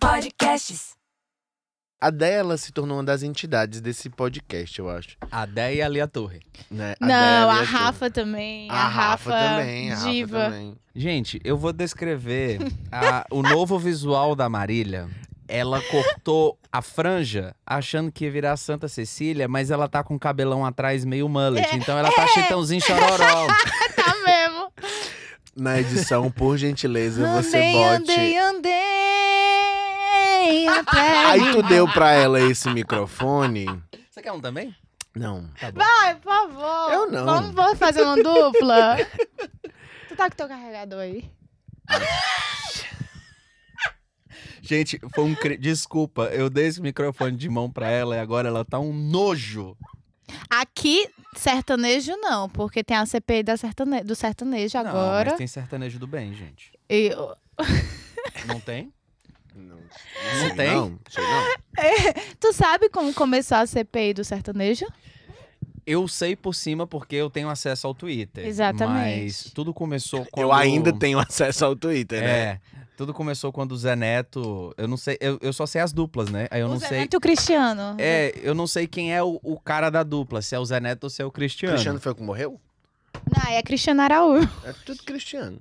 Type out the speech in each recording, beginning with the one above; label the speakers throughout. Speaker 1: podcasts.
Speaker 2: A Déia, ela se tornou uma das entidades desse podcast, eu acho.
Speaker 3: A Déia e a Lia Torre.
Speaker 2: Né?
Speaker 4: Não,
Speaker 2: Déia
Speaker 4: a
Speaker 2: ali é tudo.
Speaker 4: Rafa também.
Speaker 2: A Rafa também, a
Speaker 4: diva.
Speaker 2: Rafa também.
Speaker 3: Gente, eu vou descrever a- o novo visual da Marília. Ela cortou a franja achando que ia virar Santa Cecília, mas ela tá com o cabelão atrás meio mullet.
Speaker 4: É.
Speaker 3: então ela tá chitãozinho chororó.
Speaker 4: Tá mesmo.
Speaker 2: Na edição, por gentileza, você
Speaker 4: andei,
Speaker 2: bote.
Speaker 4: andei, andei. Até...
Speaker 2: Aí tu deu pra ela esse microfone.
Speaker 3: Você quer um também?
Speaker 2: Não.
Speaker 3: Tá bom.
Speaker 4: Vai, por favor.
Speaker 2: Eu não.
Speaker 4: Vamos, vamos fazer uma dupla? tu tá com teu carregador aí?
Speaker 3: Gente, foi um. cri- Desculpa, eu dei esse microfone de mão pra ela e agora ela tá um nojo.
Speaker 4: Aqui, sertanejo não, porque tem a CPI da sertane... do sertanejo
Speaker 3: Não,
Speaker 4: agora.
Speaker 3: mas tem sertanejo do bem, gente.
Speaker 4: E ó,
Speaker 3: Não tem?
Speaker 2: Não,
Speaker 3: Não
Speaker 2: sei
Speaker 3: tem?
Speaker 2: Não, sei não.
Speaker 4: Tu sabe como começou a CPI do sertanejo?
Speaker 3: Eu sei por cima porque eu tenho acesso ao Twitter.
Speaker 4: Exatamente.
Speaker 3: Mas tudo começou quando...
Speaker 2: Eu ainda tenho acesso ao Twitter, né?
Speaker 3: É. Tudo começou quando o Zé Neto. Eu não sei. Eu, eu só sei as duplas, né? Aí eu
Speaker 4: o
Speaker 3: não
Speaker 4: Zé
Speaker 3: sei.
Speaker 4: Neto um e o Cristiano.
Speaker 3: É, eu não sei quem é o, o cara da dupla, se é o Zé Neto ou se é o Cristiano.
Speaker 2: Cristiano foi o que morreu?
Speaker 4: Não, é Cristiano Araújo.
Speaker 2: É tudo Cristiano.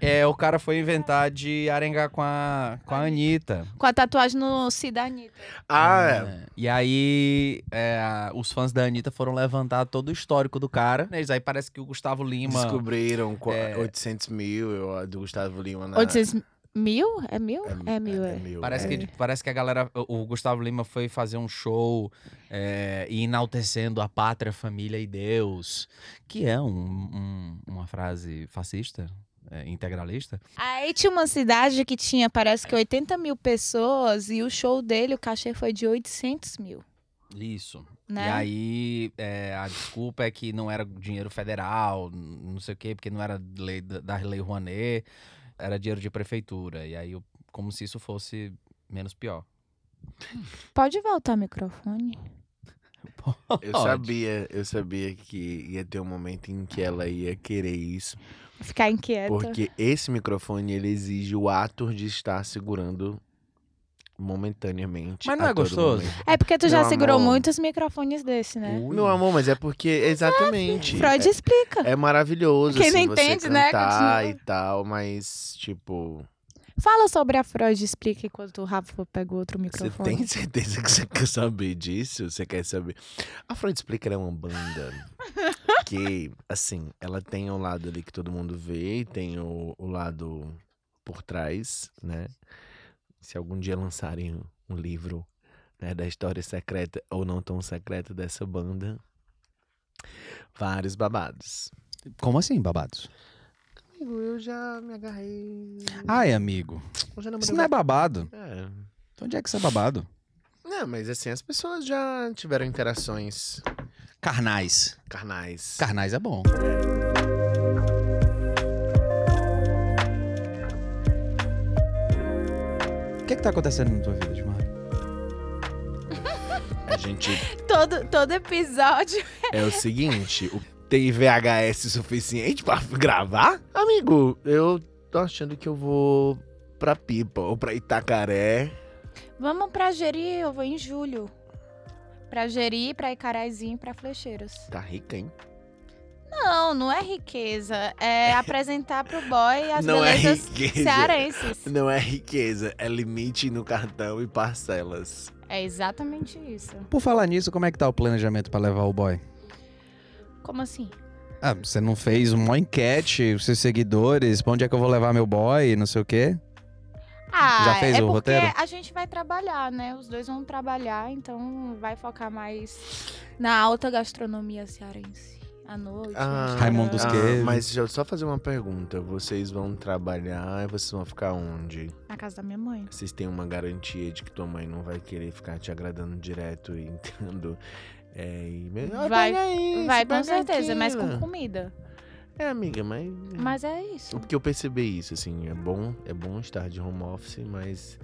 Speaker 3: É, o cara foi inventar de arengar com a, com a Anitta.
Speaker 4: Com a tatuagem no C da Anitta.
Speaker 2: Ah,
Speaker 3: É. E aí, é, a- os fãs da Anitta foram levantar todo o histórico do cara. Mas aí parece que o Gustavo Lima.
Speaker 2: descobriram qua-
Speaker 3: É.
Speaker 2: 800 mil eu- do Gustavo Lima na...
Speaker 4: 800 mil? É mil? É, mil, é.
Speaker 2: mil,
Speaker 3: Parece
Speaker 2: né? é.
Speaker 3: que, parece que a galera. O o Gustavo Lima foi fazer um show é, e enaltecendo a pátria, família e Deus. Que é um- um- uma frase fascista, é, integralista.
Speaker 4: Aí tinha uma cidade que tinha, parece que 80 mil pessoas e o show dele, o cachê foi de 800 mil,
Speaker 3: Isso.
Speaker 4: né?
Speaker 3: E aí, é, a desculpa é que não era dinheiro federal, n- não sei o quê, porque não era lei, da- da Lei Rouanet, era dinheiro de prefeitura. E aí, eu- como se isso fosse menos pior.
Speaker 4: Pode voltar o microfone?
Speaker 2: Eu
Speaker 3: Pode.
Speaker 2: sabia, eu sabia que ia ter um momento em que ela ia querer isso,
Speaker 4: Ficar inquieta.
Speaker 2: porque esse microfone ele exige o ato de estar segurando momentaneamente.
Speaker 3: Mas não
Speaker 2: a
Speaker 3: é
Speaker 2: todo
Speaker 3: gostoso?
Speaker 2: momento.
Speaker 4: É porque tu
Speaker 2: Meu
Speaker 4: já
Speaker 2: amor.
Speaker 4: segurou muitos microfones desse, né?
Speaker 3: Ui.
Speaker 2: Meu amor, mas é porque exatamente.
Speaker 4: Freud explica.
Speaker 2: É, é maravilhoso
Speaker 4: Quem
Speaker 2: assim,
Speaker 4: não
Speaker 2: você
Speaker 4: entende, né?
Speaker 2: cantar
Speaker 4: Continua.
Speaker 2: e tal, mas tipo,
Speaker 4: Fala sobre a Freud explica enquanto o Rafa pega o outro
Speaker 2: você
Speaker 4: microfone.
Speaker 2: tem certeza que você quer saber disso? Você quer saber? A Freud Explica é uma banda que, assim, ela tem um lado ali que todo mundo vê e tem o, o lado por trás, né? Se algum dia lançarem um livro né, da história secreta ou não tão secreta dessa banda, vários babados.
Speaker 3: Como assim, babados?
Speaker 2: Amigo, eu já me agarrei.
Speaker 4: Uhum.
Speaker 3: Ai, amigo,
Speaker 2: eu já um
Speaker 3: isso não é babado.
Speaker 2: É.
Speaker 3: Então, onde é que isso é babado?
Speaker 2: Não, mas assim, as pessoas já tiveram interações
Speaker 3: Carnais.
Speaker 2: carnais.
Speaker 3: Carnais é bom. O que é que tá acontecendo na tua vida, Gilmar?
Speaker 2: A gente
Speaker 4: Todo, todo episódio.
Speaker 2: é o seguinte, o tem VHS suficiente pra gravar? Amigo, eu tô achando que eu vou pra Pipa ou pra Itacaré.
Speaker 4: Vamos pra Jeri, eu vou em julho. Pra Jeri, pra Icarazinho, pra Flecheiros.
Speaker 2: Tá rica, hein?
Speaker 4: Não, não é riqueza. É apresentar pro boy as
Speaker 2: Não é
Speaker 4: belezas
Speaker 2: riqueza.
Speaker 4: cearenses.
Speaker 2: Não é riqueza, é limite no cartão e parcelas.
Speaker 4: É exatamente isso.
Speaker 3: Por falar nisso, como é que tá o planejamento pra levar o boy?
Speaker 4: Como assim?
Speaker 3: Ah, você não fez uma enquete, os seus seguidores, pra onde é que eu vou levar meu boy, não sei o quê?
Speaker 4: Ah,
Speaker 3: Já fez
Speaker 4: é
Speaker 3: o
Speaker 4: porque
Speaker 3: roteiro?
Speaker 4: a gente vai trabalhar, né? Os dois vão trabalhar, então vai focar mais na alta gastronomia cearense. À noite.
Speaker 2: Ah,
Speaker 4: no
Speaker 3: Raimundo
Speaker 4: restaurante,
Speaker 3: Busquets.
Speaker 2: mas deixa eu só fazer uma pergunta. Vocês vão trabalhar e vocês vão ficar onde?
Speaker 4: Na casa da minha mãe.
Speaker 2: Vocês têm uma garantia de que tua mãe não vai querer ficar te agradando direto e entrando. É, e... "Ah,
Speaker 4: Vai-
Speaker 2: pega isso,
Speaker 4: vai, com
Speaker 2: pega
Speaker 4: certeza, mas com
Speaker 2: aquilo."
Speaker 4: comida.
Speaker 2: É, amiga, mas.
Speaker 4: Mas é isso.
Speaker 2: Porque eu percebi isso, assim, é bom, é bom estar de home office, mas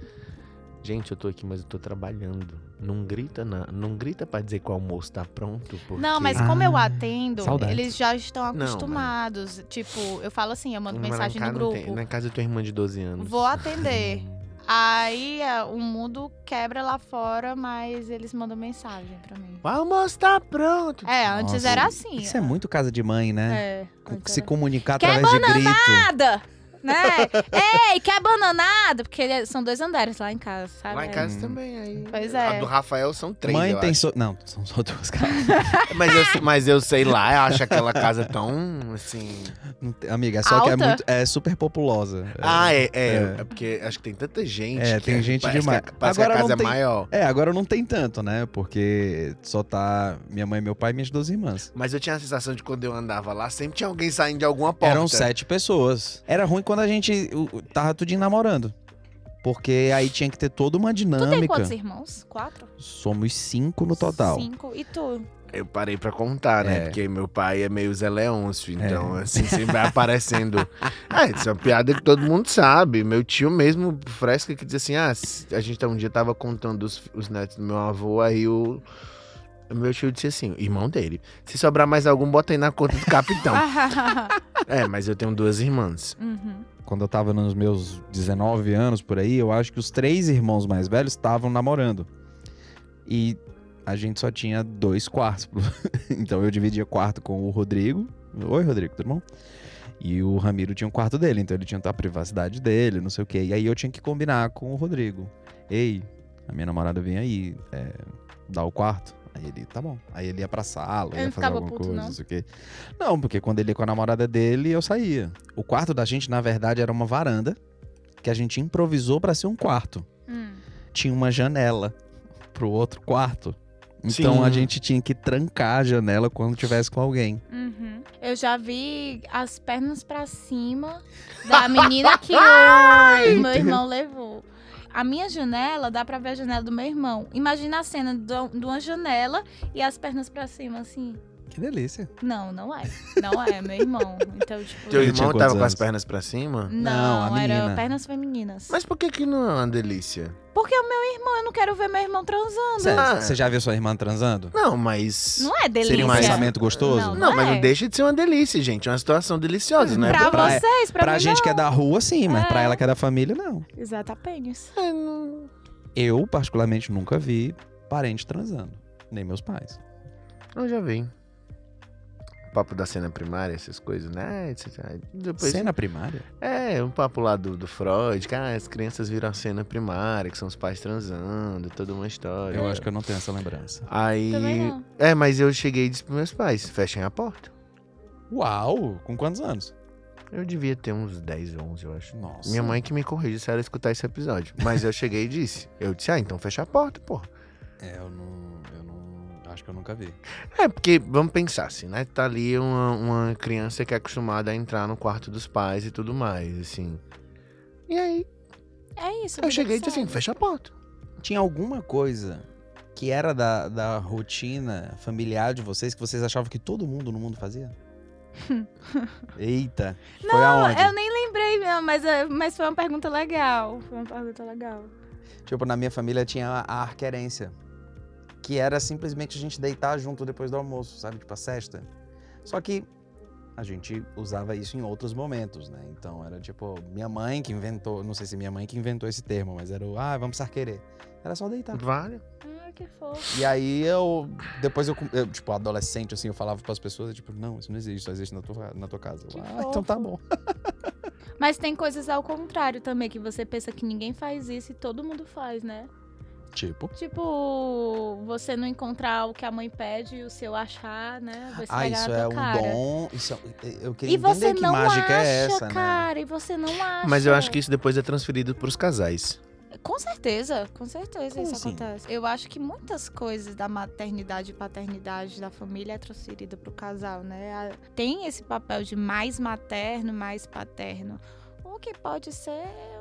Speaker 2: Gente, eu tô aqui, mas eu tô trabalhando. Não grita, na, não grita pra dizer que o almoço tá pronto. Porque...
Speaker 4: Não, mas como eu
Speaker 3: Ah,
Speaker 4: atendo,
Speaker 3: saudades.
Speaker 4: eles já estão
Speaker 2: mas-
Speaker 4: acostumados. Tipo, eu falo assim, eu mando
Speaker 2: Mas
Speaker 4: mensagem
Speaker 2: na
Speaker 4: no
Speaker 2: casa não tem- né?
Speaker 4: grupo.
Speaker 2: na casa da tua irmã de 12 anos.
Speaker 4: Vou atender. Aí a- o mundo quebra lá fora, mas eles mandam mensagem pra mim.
Speaker 2: O almoço tá pronto.
Speaker 4: É, antes
Speaker 3: Nossa,
Speaker 4: era assim.
Speaker 3: Isso é muito casa de mãe, né?
Speaker 4: É,
Speaker 3: Co-
Speaker 4: antes
Speaker 3: Se
Speaker 4: era-
Speaker 3: comunicar
Speaker 4: Quer
Speaker 3: através de grito.
Speaker 4: Nada! Né? Ei, quer bananada? Porque ele- é, são dois andares lá em casa, sabe?
Speaker 2: Lá em casa também. Aí.
Speaker 4: É, Pois
Speaker 2: A
Speaker 4: é.
Speaker 2: do Rafael são três.
Speaker 3: Mãe
Speaker 2: eu
Speaker 3: tem
Speaker 2: acho.
Speaker 3: so... Não, são só duas casas.
Speaker 2: Mas, eu, mas eu sei lá, eu acho aquela casa tão assim.
Speaker 3: Não tem- Amiga, só que é
Speaker 4: Alta?
Speaker 3: muito. É super populosa. É.
Speaker 2: Ah, é, é,
Speaker 3: É.
Speaker 2: é porque acho que tem tanta gente.
Speaker 3: É,
Speaker 2: que
Speaker 3: tem gente
Speaker 2: parece
Speaker 3: demais.
Speaker 2: Que a, parece que a
Speaker 3: Agora não
Speaker 2: casa
Speaker 3: tem-
Speaker 2: é maior.
Speaker 3: É, agora não tem tanto, né? Porque só tá minha mãe, meu pai e minhas duas irmãs.
Speaker 2: Mas eu tinha a sensação de quando eu andava lá, sempre tinha alguém saindo de alguma porta.
Speaker 3: Eram sete pessoas. Era ruim quando a gente o- o- tava tudinho namorando. Porque aí tinha que ter toda uma
Speaker 4: Tu tem
Speaker 3: dinâmica.
Speaker 4: quantos irmãos? Quatro?
Speaker 3: Somos cinco no total.
Speaker 4: Cinco. E tu?
Speaker 2: Eu parei pra contar, né?
Speaker 3: É.
Speaker 2: Porque meu pai é meio Zé Leôncio, então assim, sempre vai aparecendo. Ah, isso é uma piada que todo mundo sabe. Meu tio mesmo, fresca, que diz assim, ah, s- a gente tá- um dia tava contando os, os netos do meu avô, aí o... o Meu tio disse assim, o irmão dele, se sobrar mais algum, bota aí na conta do capitão. é, mas eu tenho duas irmãs.
Speaker 4: Uhum.
Speaker 3: Quando eu tava nos meus 19 anos por aí, eu acho que os três irmãos mais velhos estavam namorando. E a gente só tinha dois quartos. então eu dividia quarto com o Rodrigo. Oi, Rodrigo, tudo bom? E o Ramiro tinha um quarto dele, então ele tinha a privacidade dele, não sei o quê. E aí eu tinha que combinar com o Rodrigo. Ei, a minha namorada vem aí, é, dá o quarto. Aí ele, tá bom. Aí ele ia pra sala,
Speaker 4: Ele
Speaker 3: ia
Speaker 4: não
Speaker 3: fazer
Speaker 4: ficava
Speaker 3: alguma
Speaker 4: puto,
Speaker 3: coisa,
Speaker 4: não?
Speaker 3: não sei o quê. Não, porque quando ele ia com a namorada dele, eu saía. O quarto da gente, na verdade, era uma varanda que a gente improvisou pra ser um quarto.
Speaker 4: Hum.
Speaker 3: Tinha uma janela pro outro quarto. Então
Speaker 2: Sim.
Speaker 3: a gente tinha que trancar a janela quando tivesse com alguém.
Speaker 4: Uhum. Eu já vi as pernas pra cima da menina que o meu irmão levou. A minha janela, dá pra ver a janela do meu irmão. Imagina a cena do- de uma janela e as pernas pra cima, assim.
Speaker 3: Que delícia.
Speaker 4: Não, não é. Não é, meu irmão. Então, tipo.
Speaker 2: Teu
Speaker 3: Ele
Speaker 2: irmão
Speaker 3: tinha
Speaker 2: tava
Speaker 3: quantos
Speaker 2: com as
Speaker 3: anos?
Speaker 2: pernas pra cima?
Speaker 4: Não,
Speaker 3: Não, a
Speaker 4: era
Speaker 3: menina.
Speaker 4: pernas femininas.
Speaker 2: Mas por que que não é uma delícia?
Speaker 4: Porque é o meu irmão, eu não quero ver meu irmão transando.
Speaker 2: Ah.
Speaker 3: Você já viu sua irmã transando?
Speaker 2: Não, mas...
Speaker 4: Não é delícia.
Speaker 2: Seria
Speaker 3: Um
Speaker 2: Mas-
Speaker 3: pensamento gostoso?
Speaker 4: Não,
Speaker 2: Não, mas
Speaker 4: é.
Speaker 2: não deixa de ser uma delícia, gente. É uma situação deliciosa, né?
Speaker 4: pra,
Speaker 3: Pra-
Speaker 4: vocês, pra,
Speaker 3: Pra,
Speaker 4: mim
Speaker 3: gente que é da rua, sim, mas
Speaker 4: É.
Speaker 3: pra ela que é da família, não.
Speaker 4: não. Exato, a pênis.
Speaker 2: É,
Speaker 3: Eu, particularmente, nunca vi parente transando. Nem meus pais.
Speaker 2: Eu já vi. Papo da cena primária, essas coisas, né? Isso, tá. Depois,
Speaker 3: Cena primária?
Speaker 2: É, um papo lá do, do Freud, que ah, as crianças viram a cena primária, que são os pais transando, toda uma história.
Speaker 3: Eu acho que eu não tenho essa lembrança.
Speaker 2: Aí.
Speaker 4: Também não.
Speaker 2: É, mas eu cheguei e disse pros meus pais: fechem a porta.
Speaker 3: Uau! Com quantos anos?
Speaker 2: Eu devia ter uns 10, 11, eu acho.
Speaker 3: Nossa.
Speaker 2: Minha mãe que me corrige se ela escutar esse episódio. Mas eu cheguei e disse. Eu disse, ah, então fecha a porta, porra.
Speaker 3: É, eu não. Eu não. Acho que eu nunca vi.
Speaker 2: É, porque vamos pensar assim, né? Tá ali uma, uma criança que é acostumada a entrar no quarto dos pais e tudo mais, assim. E aí,
Speaker 4: É isso.
Speaker 2: Eu
Speaker 4: vida
Speaker 2: cheguei e
Speaker 4: que
Speaker 2: disse assim,
Speaker 4: segue.
Speaker 2: fecha a porta.
Speaker 3: Tinha alguma coisa que era da, da rotina familiar de vocês que vocês achavam que todo mundo no mundo fazia? Eita! foi aonde?
Speaker 4: Eu nem lembrei, não, mas, é- mas foi uma pergunta legal. Foi uma pergunta legal.
Speaker 3: Tipo, na minha família tinha a- a arquerência. Que era simplesmente a gente deitar junto depois do almoço, sabe? Tipo a sexta. Só que a gente usava isso em outros momentos, né? Então era tipo, minha mãe que inventou, não sei se minha mãe que inventou esse termo, mas era o, ah, vamos sarquerer. Era só deitar.
Speaker 2: Vale.
Speaker 4: Ah, que fofo.
Speaker 3: E aí eu. Depois eu, com- eu, tipo, adolescente, assim, eu falava pras pessoas, tipo, não, isso não existe, só existe na tua, na tua casa. Eu,
Speaker 4: Que
Speaker 3: ah, então tá
Speaker 4: fofo."
Speaker 3: bom.
Speaker 4: Mas tem coisas ao contrário também, que você pensa que ninguém faz isso e todo mundo faz, né?
Speaker 3: Tipo.
Speaker 4: Tipo, você não encontrar o que a mãe pede e o seu achar, né? Vai se
Speaker 3: Ah,
Speaker 4: pegar
Speaker 3: isso
Speaker 4: na
Speaker 3: é
Speaker 4: tua
Speaker 3: um
Speaker 4: cara.
Speaker 3: dom. Isso, eu queria
Speaker 4: E você
Speaker 3: entender que
Speaker 4: não
Speaker 3: mágica
Speaker 4: acha,
Speaker 3: é essa, né?
Speaker 4: cara. E você não acha.
Speaker 2: Mas eu acho que isso depois é transferido pros casais.
Speaker 4: Com certeza, com certeza
Speaker 3: Como
Speaker 4: isso
Speaker 3: assim?
Speaker 4: acontece. Eu acho que muitas coisas da maternidade e paternidade da família é transferida pro casal, né? A- Tem esse papel de mais materno, mais paterno. O que pode ser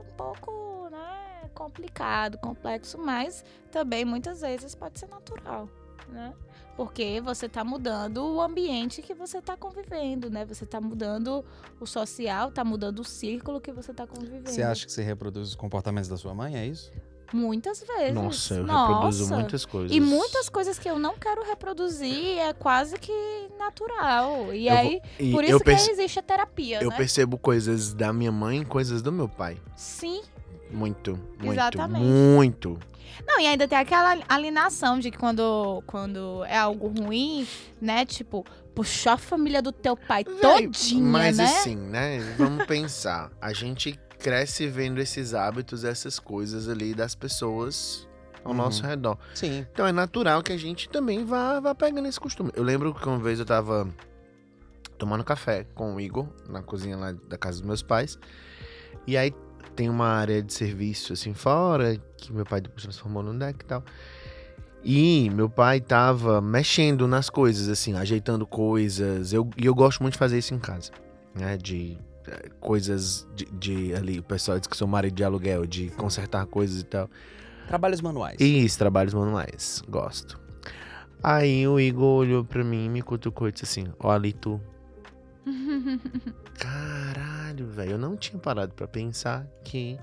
Speaker 4: um pouco, né, complicado, complexo, mas também muitas vezes pode ser natural, né? Porque você tá mudando o ambiente que você tá convivendo, né? Você tá mudando o social, tá mudando o círculo que você tá convivendo.
Speaker 3: Você acha que você reproduz os comportamentos da sua mãe, é isso?
Speaker 4: Muitas vezes.
Speaker 2: Nossa, eu
Speaker 4: Nossa.
Speaker 2: reproduzo muitas coisas.
Speaker 4: E muitas coisas que eu não quero reproduzir é quase que natural. E
Speaker 2: Eu
Speaker 4: aí,
Speaker 2: E
Speaker 4: por
Speaker 2: eu
Speaker 4: isso
Speaker 2: perce-
Speaker 4: que existe a terapia,
Speaker 2: Eu
Speaker 4: né?
Speaker 2: percebo coisas da minha mãe e coisas do meu pai.
Speaker 4: Sim.
Speaker 2: Muito, muito,
Speaker 4: Exatamente.
Speaker 2: muito.
Speaker 4: Não, e ainda tem aquela alienação de que quando, quando é algo ruim, né? Tipo, puxar a família do teu pai
Speaker 2: Véi,
Speaker 4: todinha,
Speaker 2: Mas
Speaker 4: né?
Speaker 2: assim, né? Vamos pensar. A gente cresce vendo esses hábitos, essas coisas ali das pessoas ao
Speaker 3: Uhum.
Speaker 2: nosso redor.
Speaker 3: Sim.
Speaker 2: Então é natural que a gente também vá, vá pegando esse costume. Eu lembro que uma vez eu tava tomando café com o Igor na cozinha lá da casa dos meus pais. E aí tem uma área de serviço assim fora, que meu pai depois transformou num deck e tal. E meu pai tava mexendo nas coisas, assim, ajeitando coisas. Eu, e eu gosto muito de fazer isso em casa, né? De eh, coisas de, de ali, o pessoal diz que sou marido de aluguel, de consertar coisas e tal.
Speaker 3: Trabalhos manuais.
Speaker 2: Isso, trabalhos manuais. Gosto. Aí o Igor olhou pra mim e me cutucou e disse assim: Ó, ali tu. Caralho, velho. Eu não tinha parado pra pensar que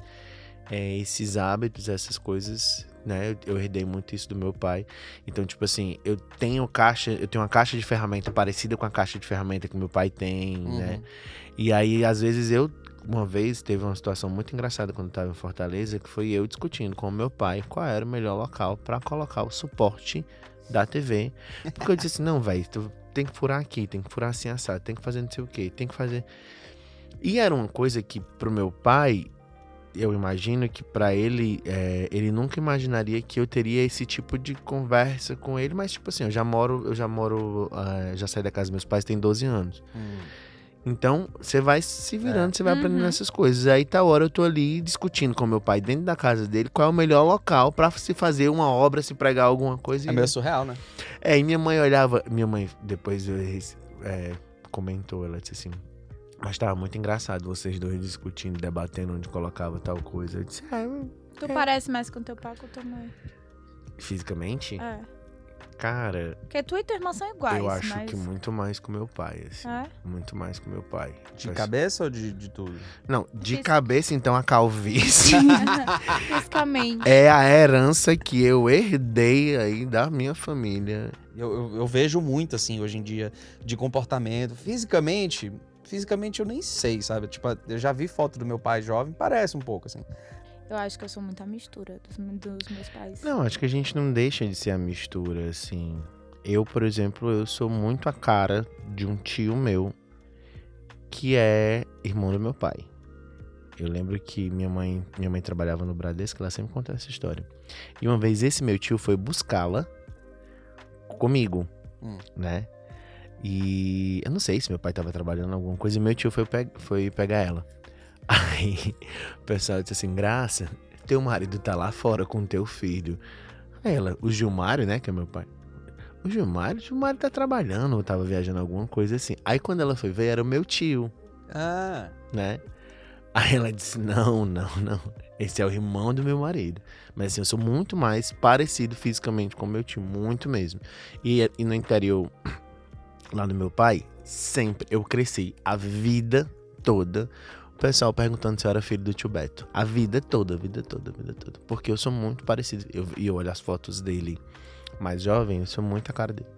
Speaker 2: é, esses hábitos, essas coisas, né? Eu, eu herdei muito isso do meu pai. Então, tipo assim, eu tenho caixa, eu tenho uma caixa de ferramenta parecida com a caixa de ferramenta que meu pai tem,
Speaker 3: Uhum.
Speaker 2: né? E aí, às vezes, eu. Uma vez teve uma situação muito engraçada quando eu tava em Fortaleza, que foi eu discutindo com o meu pai qual era o melhor local pra colocar o suporte da TV. Porque eu disse assim: não, velho, tu tem que furar aqui, tem que furar assim assado, tem que fazer não sei o quê, tem que fazer. E era uma coisa que pro meu pai, eu imagino que pra ele, é, ele nunca imaginaria que eu teria esse tipo de conversa com ele, mas tipo assim, eu já moro, eu já moro, ah, já saí da casa dos meus pais tem 12 anos.
Speaker 3: Hum.
Speaker 2: Então, você vai se virando, você vai aprendendo
Speaker 4: Uhum.
Speaker 2: essas coisas. Aí, tá hora, eu tô ali discutindo com meu pai dentro da casa dele qual é o melhor local pra se fazer uma obra, se pregar alguma coisa.
Speaker 3: É
Speaker 2: e-
Speaker 3: meio surreal, né?
Speaker 2: É, e minha mãe olhava. Minha mãe, depois eu rece- é, comentou, ela disse assim. Mas tava muito engraçado vocês dois discutindo, debatendo onde colocava tal coisa. Eu disse, ah,
Speaker 4: Tu parece mais com teu pai que com tua mãe.
Speaker 2: fisicamente?
Speaker 4: É.
Speaker 2: Cara,
Speaker 4: Porque tu e tua irmã são iguais,
Speaker 2: eu acho
Speaker 4: mas...
Speaker 2: que muito mais com meu pai, assim.
Speaker 4: É?
Speaker 2: Muito mais com meu pai.
Speaker 3: De
Speaker 2: Mas-
Speaker 3: cabeça ou de, de tudo?
Speaker 2: Não, de
Speaker 4: Fis-
Speaker 2: cabeça, então, a calvície.
Speaker 4: Fisicamente.
Speaker 2: É a herança que eu herdei aí da minha família.
Speaker 3: Eu, eu, eu vejo muito, assim, hoje em dia, de comportamento. Fisicamente, fisicamente eu nem sei, sabe? Tipo, eu já vi foto do meu pai jovem, parece um pouco, assim.
Speaker 4: Eu acho que eu sou muita mistura dos, dos meus pais.
Speaker 2: É. Não, acho que a gente não deixa de ser a mistura, assim. Eu, por exemplo, eu sou muito a cara de um tio meu que é irmão do meu pai. Eu lembro que minha mãe, minha mãe trabalhava no Bradesco, ela sempre conta essa história. E uma vez esse meu tio foi buscá-la comigo,
Speaker 3: Hum.
Speaker 2: né? E eu não sei se meu pai tava trabalhando em alguma coisa e meu tio foi, pe- foi pegar ela. Aí o pessoal disse assim: Graça, teu marido tá lá fora com teu filho. Aí ela, o Gilmário, né, que é meu pai. O Gilmário, o Gilmário tá trabalhando, ou tava viajando alguma coisa assim. Aí quando ela foi ver, era o meu tio,
Speaker 3: Ah,
Speaker 2: né? Aí ela disse: Não, não, não. Esse é o irmão do meu marido. Mas assim, eu sou muito mais parecido fisicamente com meu tio, muito mesmo. E, e no interior, lá no meu pai, sempre eu cresci a vida toda. O pessoal perguntando se eu era filho do tio Beto. A vida toda, a vida toda, a vida toda. Porque eu sou muito parecido. Eu- E eu, olho as fotos dele mais jovem, eu sou muito a cara dele.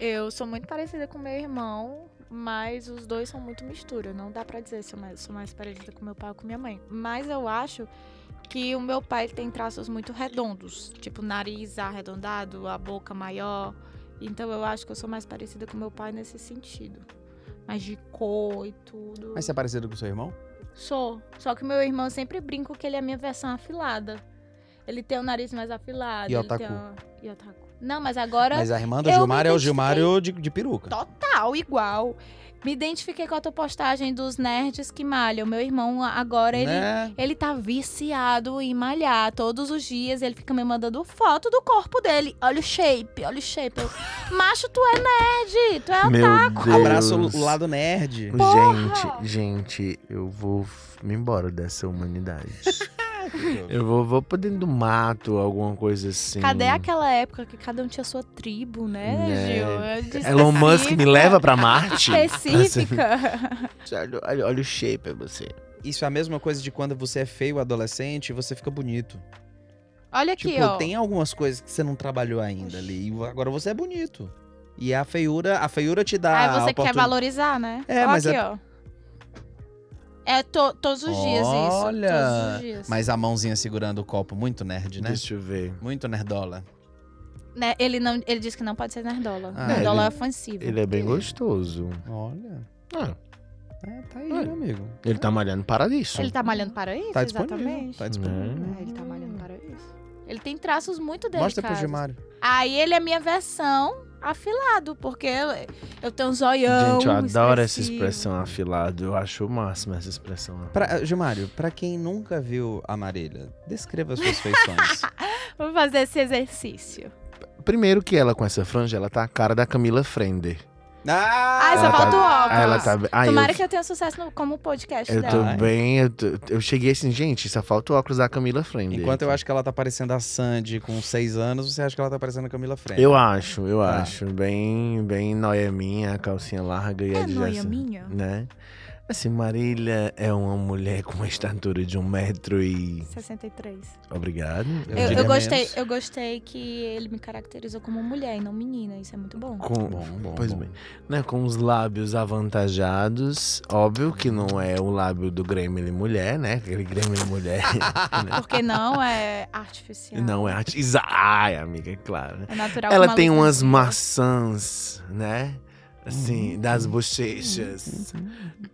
Speaker 4: Eu sou muito parecida com meu irmão, mas os dois são muito mistura. Não dá pra dizer se eu mais, sou mais parecida com meu pai ou com minha mãe. Mas eu acho que o meu pai ele tem traços muito redondos. Tipo, nariz arredondado, a boca maior. Então eu acho que eu sou mais parecida com meu pai nesse sentido. Mas de cor e tudo.
Speaker 3: mas você é parecido com seu irmão?
Speaker 4: Sou. Só que meu irmão eu sempre brinco que ele é a minha versão afilada. Ele tem o nariz mais afilado.
Speaker 3: E
Speaker 4: ele
Speaker 3: otaku.
Speaker 4: tem o- E otaku. Não, mas agora
Speaker 3: Mas a irmã do
Speaker 4: eu me
Speaker 3: Gilmar é o
Speaker 4: identifiquei-
Speaker 3: Gilmário de, de peruca.
Speaker 4: total igual. Me identifiquei com a tua postagem dos nerds que malham. Meu irmão agora, ele,
Speaker 3: Né?
Speaker 4: ele tá viciado em malhar. Todos os dias ele fica me mandando foto do corpo dele. Olha o shape, olha o shape. Eu, Macho, tu é nerd, tu é
Speaker 2: Meu Deus.
Speaker 3: Abraça o, o lado nerd.
Speaker 2: Gente, gente, eu vou f- me embora dessa humanidade. eu vou, vou pra dentro do mato, alguma coisa assim.
Speaker 4: Cadê aquela época que cada um tinha sua tribo, né,
Speaker 2: Né.
Speaker 4: Gil? É de
Speaker 2: Elon Musk me
Speaker 4: específica-
Speaker 2: leva pra Marte?
Speaker 4: Específica.
Speaker 2: Olha, olha- olha o shape é você.
Speaker 3: Isso é a mesma coisa de quando você é feio adolescente e você fica bonito.
Speaker 4: Olha aqui,
Speaker 3: Tipo,
Speaker 4: ó.
Speaker 3: tem algumas coisas que você não trabalhou ainda ali. e Agora você é bonito. E a feiura, a feiura te dá
Speaker 4: Aí
Speaker 3: a
Speaker 4: você quer
Speaker 3: oportunidade.
Speaker 4: valorizar, né?
Speaker 3: É,
Speaker 4: ó
Speaker 3: mas
Speaker 4: aqui,
Speaker 3: é-
Speaker 4: ó. É to- todos os dias isso.
Speaker 3: Olha!
Speaker 4: Todos os dias.
Speaker 3: Mas a mãozinha segurando o copo, muito nerd, né?
Speaker 2: Deixa eu ver.
Speaker 3: Muito nerdola.
Speaker 4: Né, Ele, não, ele diz que não pode ser nerdola.
Speaker 3: Ah,
Speaker 4: nerdola
Speaker 2: ele-
Speaker 4: é ofensivo.
Speaker 2: Ele é bem gostoso.
Speaker 3: Olha.
Speaker 2: Ah,
Speaker 3: É, tá aí,
Speaker 2: Olha.
Speaker 3: meu amigo.
Speaker 2: ele tá malhando para isso.
Speaker 4: Ele tá malhando para isso,
Speaker 3: Tá disponível.
Speaker 4: exatamente.
Speaker 3: Tá disponível.
Speaker 2: Né?
Speaker 4: Ah, ele tá malhando para isso. Ele tem traços muito delicados.
Speaker 3: Mostra pro Gilmário.
Speaker 4: Aí ele é minha versão afilado, porque eu, eu tenho um zoião.
Speaker 2: Gente, eu adoro essa
Speaker 4: expressivo.
Speaker 2: expressão afilado. Eu acho o máximo essa expressão.
Speaker 3: Pra, eh, Gilmário, pra quem nunca viu a Marília, descreva suas feições.
Speaker 4: Vamos fazer esse exercício.
Speaker 2: Primeiro que ela com essa franja, ela tá a cara da Camila Frender.
Speaker 3: ah,
Speaker 4: só
Speaker 2: ela
Speaker 4: falta o óculos.
Speaker 2: Ah, ela tá bem. Ah,
Speaker 4: Tomara
Speaker 2: eu,
Speaker 4: que eu tenha sucesso no- como podcast
Speaker 2: eu
Speaker 4: dela.
Speaker 2: tô
Speaker 3: Ai.
Speaker 2: bem. Eu, tô- eu cheguei assim, gente, só falta o óculos da Camila Frender.
Speaker 3: Enquanto eu acho que ela tá parecendo a Sandy com seis anos, você acha que ela tá parecendo a Camila Frente.
Speaker 2: Eu acho, eu
Speaker 3: Tá.
Speaker 2: acho. Bem, bem noia minha, a calcinha larga e a
Speaker 4: É noia
Speaker 2: adjacência,
Speaker 4: minha?
Speaker 2: Né? Assim, Marília é uma mulher com uma estatura de um metro e...
Speaker 4: 63.
Speaker 2: Obrigado.
Speaker 3: Eu
Speaker 4: Eu,
Speaker 3: diria
Speaker 4: eu gostei,
Speaker 3: menos.
Speaker 4: eu gostei que ele me caracterizou como mulher e não menina. Isso é muito bom.
Speaker 2: Com,
Speaker 3: Bom, bom,
Speaker 2: pois
Speaker 3: bom.
Speaker 2: bem. Né, com os lábios avantajados. Óbvio que não é o lábio do Gremlin mulher, né? Aquele Gremlin mulher. né?
Speaker 4: Porque não é artificial.
Speaker 2: Não é arte. Isa- Ai, amiga, é claro. né?
Speaker 4: É natural. como
Speaker 2: Ela
Speaker 4: a
Speaker 2: tem
Speaker 4: luz
Speaker 2: umas
Speaker 4: do dia.
Speaker 2: maçãs, né? Assim, das bochechas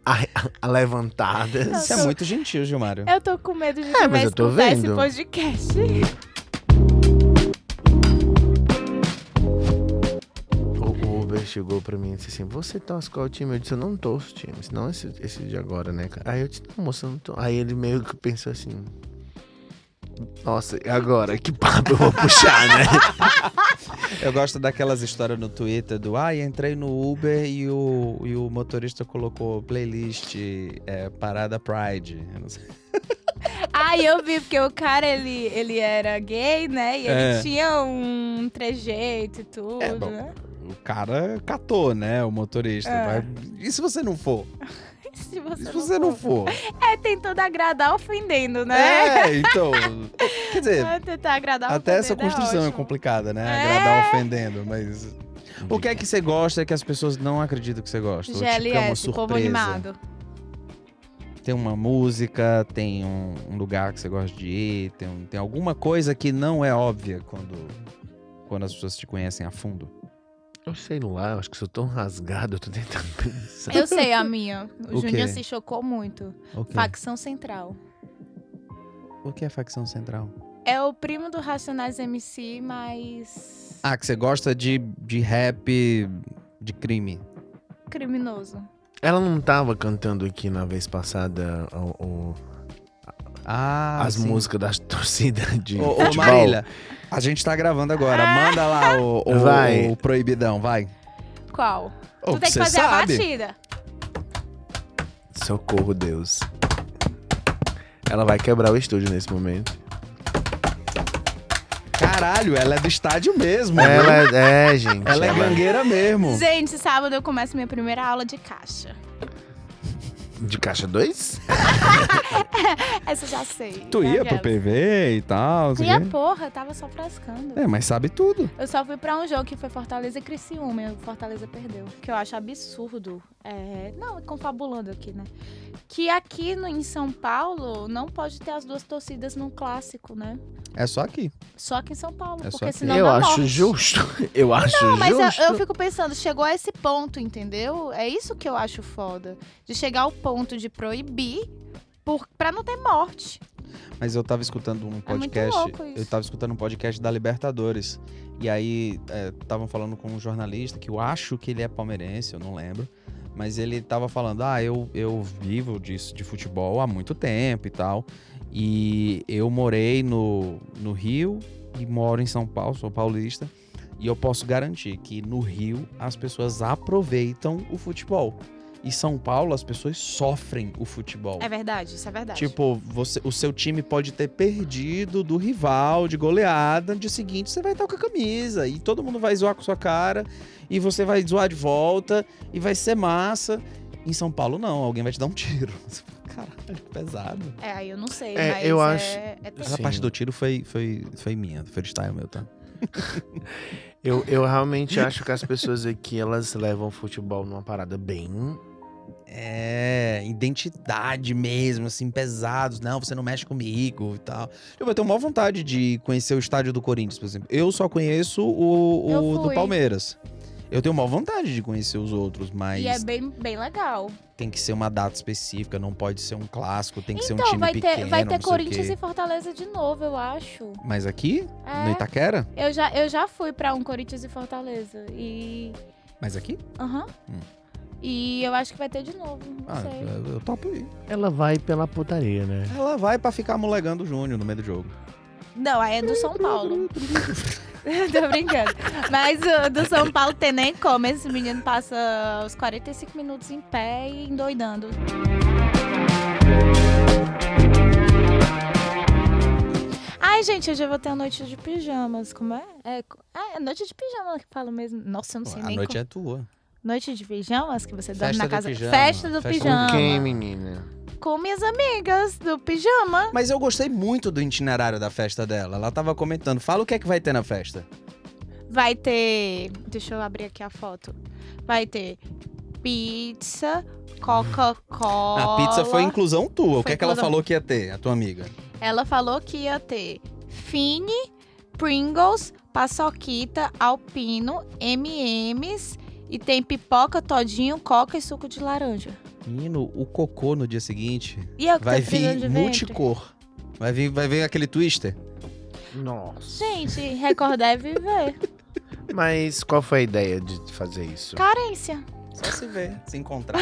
Speaker 2: a- a- levantadas.
Speaker 3: Isso é muito gentil, Gilmário.
Speaker 4: Eu tô com medo de
Speaker 3: É,
Speaker 2: mas
Speaker 4: começar
Speaker 2: eu tô
Speaker 4: esse
Speaker 2: vendo.
Speaker 4: podcast.
Speaker 2: O Uber chegou pra mim e disse assim: Você torce qual time? Eu disse: Eu não torço o time, senão esse, esse de agora, né, cara? Aí eu disse: Não, moça, eu não tô. Aí ele meio que pensou assim: Nossa, e agora? Que papo eu vou puxar, né?
Speaker 3: Eu gosto daquelas histórias no Twitter do ai, entrei no Uber e o, e o motorista colocou playlist é, Parada Pride. Eu não sei.
Speaker 4: Aí eu vi, porque o cara, ele, ele era gay, né? E ele
Speaker 3: É.
Speaker 4: tinha um trejeito e tudo,
Speaker 3: É, bom.
Speaker 4: né?
Speaker 3: O cara catou, né? O motorista.
Speaker 4: É.
Speaker 3: Mas E se você não for?
Speaker 4: Se
Speaker 3: E
Speaker 4: você,
Speaker 3: se você não for?
Speaker 4: É, tentando agradar ofendendo, né?
Speaker 3: É, então. Quer dizer,
Speaker 4: É, Tentar agradar
Speaker 3: até essa
Speaker 4: ofendendo
Speaker 3: construção é,
Speaker 4: ótimo.
Speaker 3: complicada, né?
Speaker 4: É.
Speaker 3: Agradar ofendendo, mas. O que é que você gosta que as pessoas não acreditam que você gosta? Ou, tipo, que é uma
Speaker 4: GLS, povo
Speaker 3: surpresa.
Speaker 4: animado.
Speaker 3: Tem uma música, tem um, um lugar que você gosta de ir, tem, um- tem alguma coisa que não é óbvia quando, quando as pessoas te conhecem a fundo.
Speaker 2: Eu sei lá, eu acho que sou tão rasgado, eu tô tentando pensar.
Speaker 4: Eu sei a minha. O,
Speaker 3: O quê?
Speaker 4: Juninho se chocou muito.
Speaker 3: O que,
Speaker 4: Facção Central.
Speaker 3: o que é facção central?
Speaker 4: É o primo do Racionais MC, mas.
Speaker 3: Ah, que você gosta de, de rap de crime.
Speaker 4: criminoso.
Speaker 2: Ela não tava cantando aqui na vez passada o- o-
Speaker 3: Ah,
Speaker 2: as
Speaker 3: sim.
Speaker 2: músicas das torcidas de.
Speaker 3: Ô, ô
Speaker 2: futebol?
Speaker 3: Marília, a gente tá gravando agora.
Speaker 4: Ah.
Speaker 3: Manda lá o, o-
Speaker 2: Vai.
Speaker 3: o proibidão, vai.
Speaker 4: Qual?
Speaker 3: Ô,
Speaker 4: tu tem que
Speaker 3: você
Speaker 4: fazer a
Speaker 3: sabe.
Speaker 4: batida.
Speaker 2: Socorro, Deus. Ela vai quebrar o estúdio nesse momento.
Speaker 3: Caralho, ela é do estádio mesmo. né?
Speaker 2: Ela é, gente.
Speaker 3: Ela é gangueira mesmo.
Speaker 4: Gente, sábado eu começo minha primeira aula de caixa.
Speaker 2: De caixa 2?
Speaker 4: Essa eu já sei.
Speaker 3: Tu ia pro
Speaker 4: Aquelas.
Speaker 3: PV e tal. sei o
Speaker 4: Ia
Speaker 3: quê.
Speaker 4: porra, tava só frescando.
Speaker 3: É, mas sabe tudo.
Speaker 4: Eu só fui pra um jogo que foi Fortaleza e Criciúma. E o Fortaleza perdeu. Que eu acho absurdo. É, Não, confabulando aqui, né? Que aqui no, em São Paulo não pode ter as duas torcidas num clássico, né?
Speaker 3: É só aqui.
Speaker 4: Só aqui em São Paulo.
Speaker 3: É só
Speaker 4: porque
Speaker 3: aqui.
Speaker 4: senão
Speaker 2: eu
Speaker 4: dá
Speaker 2: acho
Speaker 4: morte.
Speaker 2: justo. Eu acho
Speaker 4: Não, mas
Speaker 2: justo.
Speaker 4: eu, eu fico pensando, chegou a esse ponto, entendeu? É isso que eu acho foda. De chegar ao ponto de proibir por, pra não ter morte.
Speaker 3: Mas eu tava escutando um podcast.
Speaker 4: É louco isso.
Speaker 3: eu tava escutando um podcast da Libertadores. E aí estavam falando com um jornalista que eu acho que ele é palmeirense, eu não lembro. Mas ele tava falando: ah, eu, eu vivo disso de futebol há muito tempo e tal. E eu morei no, no Rio e moro em São Paulo, sou paulista. E eu posso garantir que no Rio as pessoas aproveitam o futebol. Em São Paulo as pessoas sofrem o futebol.
Speaker 4: É verdade, isso é verdade.
Speaker 3: Tipo, você, o seu time pode ter perdido do rival de goleada. No dia seguinte, você vai estar com a camisa. E todo mundo vai zoar com sua cara. E você vai zoar de volta. E vai ser massa. Em São Paulo, não. Alguém vai te dar um tiro. Caralho, pesado.
Speaker 4: É, aí eu não sei,
Speaker 2: É,
Speaker 4: mas
Speaker 2: eu
Speaker 4: é,
Speaker 2: acho-
Speaker 4: é
Speaker 2: Essa
Speaker 4: terrível.
Speaker 2: Sim. parte do
Speaker 3: tiro foi, foi, foi minha, freestyle meu, tá?
Speaker 2: Eu, eu realmente acho que as pessoas aqui, elas levam o futebol numa parada bem...
Speaker 3: É, identidade mesmo, assim, pesados. Não, você não mexe comigo e tal. Eu vou ter maior vontade de conhecer o estádio do Corinthians, por exemplo. Eu só conheço
Speaker 4: Eu
Speaker 3: o, o do
Speaker 4: fui.
Speaker 3: Palmeiras. Eu tenho maior vontade de conhecer os outros, mas
Speaker 4: E é bem, bem legal.
Speaker 3: tem que ser uma data específica, não pode ser um clássico, tem que ser um
Speaker 4: Então,
Speaker 3: time
Speaker 4: vai,
Speaker 3: pequeno,
Speaker 4: ter, vai
Speaker 3: não sei
Speaker 4: ter
Speaker 3: o
Speaker 4: Corinthians
Speaker 3: quê.
Speaker 4: e Fortaleza de novo, eu acho.
Speaker 3: Mas aqui? No
Speaker 4: É,
Speaker 3: Itaquera?
Speaker 4: eu já, eu já fui pra um Corinthians e Fortaleza. E.
Speaker 3: Mas aqui?
Speaker 4: Aham.
Speaker 3: Hum.
Speaker 4: E eu acho que vai ter de novo. Não
Speaker 3: Ah,
Speaker 4: sei.
Speaker 3: eu, eu topo ir.
Speaker 2: Ela vai pela putaria, né?
Speaker 3: Ela vai pra ficar molegando o Júnior no meio do jogo.
Speaker 4: Não, aí é do São Paulo. Tô brincando. Mas o do São Paulo tem nem como. Esse menino passa os 45 minutos em pé e endoidando. Ai, gente, hoje eu vou ter a noite de pijamas. Como é? É, co- é, é noite de pijama que falo mesmo. Nossa, eu não sei
Speaker 3: a
Speaker 4: nem
Speaker 3: noite
Speaker 4: como.
Speaker 3: é tua.
Speaker 4: Noite de pijamas que você dorme
Speaker 3: Festa
Speaker 4: na
Speaker 3: do
Speaker 4: casa.
Speaker 3: pijama,
Speaker 4: Festa do
Speaker 3: festa do
Speaker 4: pijama.
Speaker 2: Com quem, menina?
Speaker 4: Com minhas amigas do pijama.
Speaker 3: Mas eu gostei muito do itinerário da festa dela. Ela tava comentando. Fala o que é que vai ter na festa.
Speaker 4: Vai ter. Deixa eu abrir aqui a foto. Vai ter pizza, Coca-Cola.
Speaker 3: A pizza foi inclusão tua. o
Speaker 4: Foi
Speaker 3: que é que ela
Speaker 4: inclusão.
Speaker 3: falou que ia ter, a tua amiga?
Speaker 4: Ela falou que ia ter Fini, Pringles, Paçoquita, Alpino, MMs e tem pipoca, todinho, coca e suco de laranja.
Speaker 3: Menino, o cocô no dia seguinte
Speaker 4: E eu que
Speaker 3: vai
Speaker 4: tô precisando de
Speaker 3: vir
Speaker 4: ventre.
Speaker 3: multicor. Vai vir, vai vir aquele twister.
Speaker 2: Nossa.
Speaker 4: Gente, recordar é viver.
Speaker 2: Mas qual foi a ideia de fazer isso?
Speaker 4: Carência.
Speaker 3: Só se ver, se encontrar,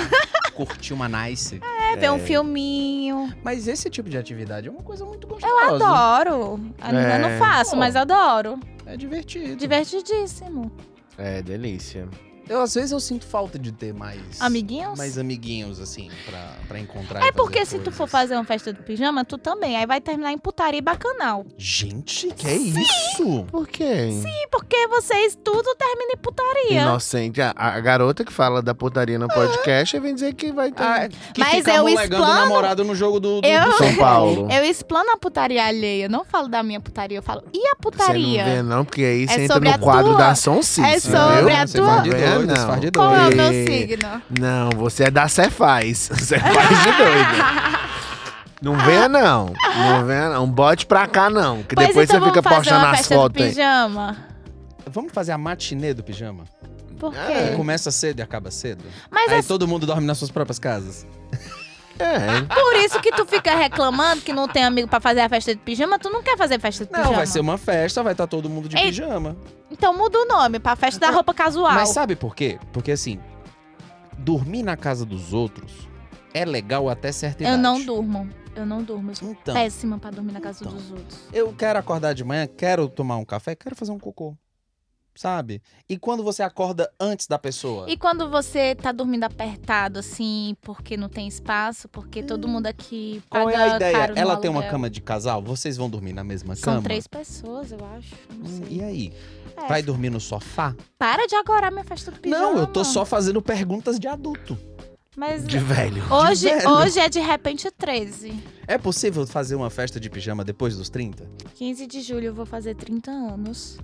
Speaker 3: curtir uma nice.
Speaker 4: É, ver um filminho.
Speaker 3: Mas esse tipo de atividade é uma coisa muito gostosa.
Speaker 4: Eu adoro. Ainda não
Speaker 2: É.
Speaker 4: faço, mas adoro.
Speaker 3: É divertido.
Speaker 4: Divertidíssimo.
Speaker 2: É, delícia.
Speaker 3: Eu, às vezes eu sinto falta de ter mais...
Speaker 4: Amiguinhos?
Speaker 3: Mais amiguinhos, assim, pra, pra encontrar e
Speaker 4: É
Speaker 3: fazer
Speaker 4: porque se tu
Speaker 3: coisas.
Speaker 4: for fazer uma festa do pijama, tu também. Aí vai terminar em putaria e bacanal.
Speaker 3: Gente, que é isso?
Speaker 2: Por quê?
Speaker 4: E porque vocês tudo termina em putaria.
Speaker 2: Inocente. A, a garota que fala da putaria no podcast e vem dizer que vai ter
Speaker 3: Ah, que
Speaker 4: Mas
Speaker 3: fica
Speaker 4: eu
Speaker 3: molegando
Speaker 4: explano-
Speaker 3: o namorado no jogo do, do,
Speaker 4: Eu-
Speaker 3: do
Speaker 2: São Paulo.
Speaker 4: Eu explano a putaria alheia, eu não falo da minha putaria, eu falo, e
Speaker 2: Você
Speaker 4: a
Speaker 2: não vê,
Speaker 4: putaria? É
Speaker 2: não, porque aí você entra
Speaker 4: sobre
Speaker 2: no
Speaker 4: a
Speaker 2: quadro
Speaker 4: tua?
Speaker 2: da Sonsis.
Speaker 4: É sobre
Speaker 2: entendeu?
Speaker 4: a
Speaker 3: Você
Speaker 4: tua?
Speaker 3: faz de
Speaker 2: É,
Speaker 3: doido, você
Speaker 2: não.
Speaker 3: faz de
Speaker 4: Qual é o
Speaker 3: doido.
Speaker 4: meu
Speaker 2: E-
Speaker 4: signo?
Speaker 2: Não, você é da Cefaz. Cefaz de doido. Não venha, não. Não venha, não. Um Bote pra cá, não. Que
Speaker 4: Pois
Speaker 2: depois
Speaker 4: então
Speaker 2: você fica
Speaker 4: vamos fazer
Speaker 2: postando
Speaker 4: uma
Speaker 2: as
Speaker 4: festa do
Speaker 2: fotos aí.
Speaker 4: pijama.
Speaker 3: Vamos fazer a matinê do pijama?
Speaker 4: Por quê?
Speaker 2: É.
Speaker 3: Começa cedo e acaba cedo?
Speaker 4: Mas
Speaker 3: Aí
Speaker 4: é
Speaker 3: todo mundo dorme nas suas próprias casas?
Speaker 2: É.
Speaker 4: por isso que tu fica reclamando que não tem amigo pra fazer a festa do pijama, tu não quer fazer festa do
Speaker 3: Não,
Speaker 4: pijama.
Speaker 3: vai ser uma festa, vai estar todo mundo de
Speaker 4: Ei,
Speaker 3: pijama.
Speaker 4: Então muda o nome pra festa da roupa casual.
Speaker 3: Mas sabe por quê? Porque assim, dormir na casa dos outros é legal até certa idade.
Speaker 4: eu não durmo, eu não durmo, eu sou
Speaker 3: Então,
Speaker 4: péssima pra dormir na casa
Speaker 3: Então.
Speaker 4: dos outros.
Speaker 3: eu quero acordar de manhã, quero tomar um café, quero fazer um cocô. Sabe? E quando você acorda antes da pessoa?
Speaker 4: E quando você tá dormindo apertado, assim, porque não tem espaço, porque todo mundo aqui paga
Speaker 3: Qual é a ideia?
Speaker 4: caro no
Speaker 3: Ela tem uma
Speaker 4: aluguel.
Speaker 3: cama de casal? Vocês vão dormir na mesma
Speaker 4: São
Speaker 3: cama?
Speaker 4: três pessoas, eu acho. Não
Speaker 3: Hum,
Speaker 4: sei.
Speaker 3: E aí?
Speaker 4: É,
Speaker 3: Vai dormir no sofá?
Speaker 4: Para de agorar minha festa do pijama.
Speaker 3: Não, eu tô só fazendo perguntas de adulto.
Speaker 4: Mas
Speaker 2: De velho.
Speaker 4: hoje,
Speaker 3: velho.
Speaker 4: hoje é de repente 13.
Speaker 3: É possível fazer uma festa de pijama depois dos 30?
Speaker 4: 15 de julho eu vou fazer 30 anos.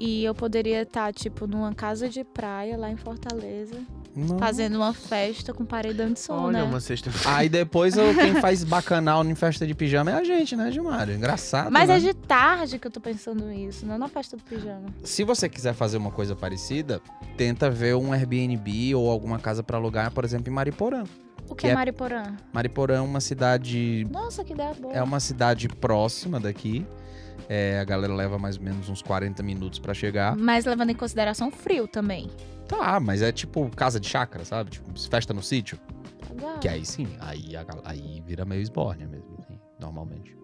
Speaker 4: E eu poderia estar, tipo, numa casa de praia lá em Fortaleza,
Speaker 3: Não.
Speaker 4: fazendo uma festa com paredão de som,
Speaker 2: Olha,
Speaker 4: né?
Speaker 2: uma sexta-feira.
Speaker 3: Aí depois eu- quem faz bacanal em festa de pijama é a gente, né, Gilmar? Engraçado.
Speaker 4: Mas
Speaker 3: né?
Speaker 4: é de tarde que eu tô pensando isso, não na festa do pijama.
Speaker 3: Se você quiser fazer uma coisa parecida, tenta ver um Airbnb ou alguma casa pra alugar, por exemplo, em Mariporã.
Speaker 4: O que
Speaker 3: Que
Speaker 4: é,
Speaker 3: é-
Speaker 4: Mariporã?
Speaker 3: Mariporã é uma cidade
Speaker 4: Nossa, que ideia boa.
Speaker 3: É uma cidade próxima daqui. É, a galera leva mais ou menos uns 40 minutos pra chegar.
Speaker 4: Mas levando em consideração o frio também.
Speaker 3: Tá, mas é tipo casa de chácara, sabe? Tipo, festa no sítio.
Speaker 4: Legal.
Speaker 2: Ah.
Speaker 3: Que
Speaker 2: é-
Speaker 3: aí sim, aí, a gal- aí vira meio esbórnia mesmo, assim, normalmente.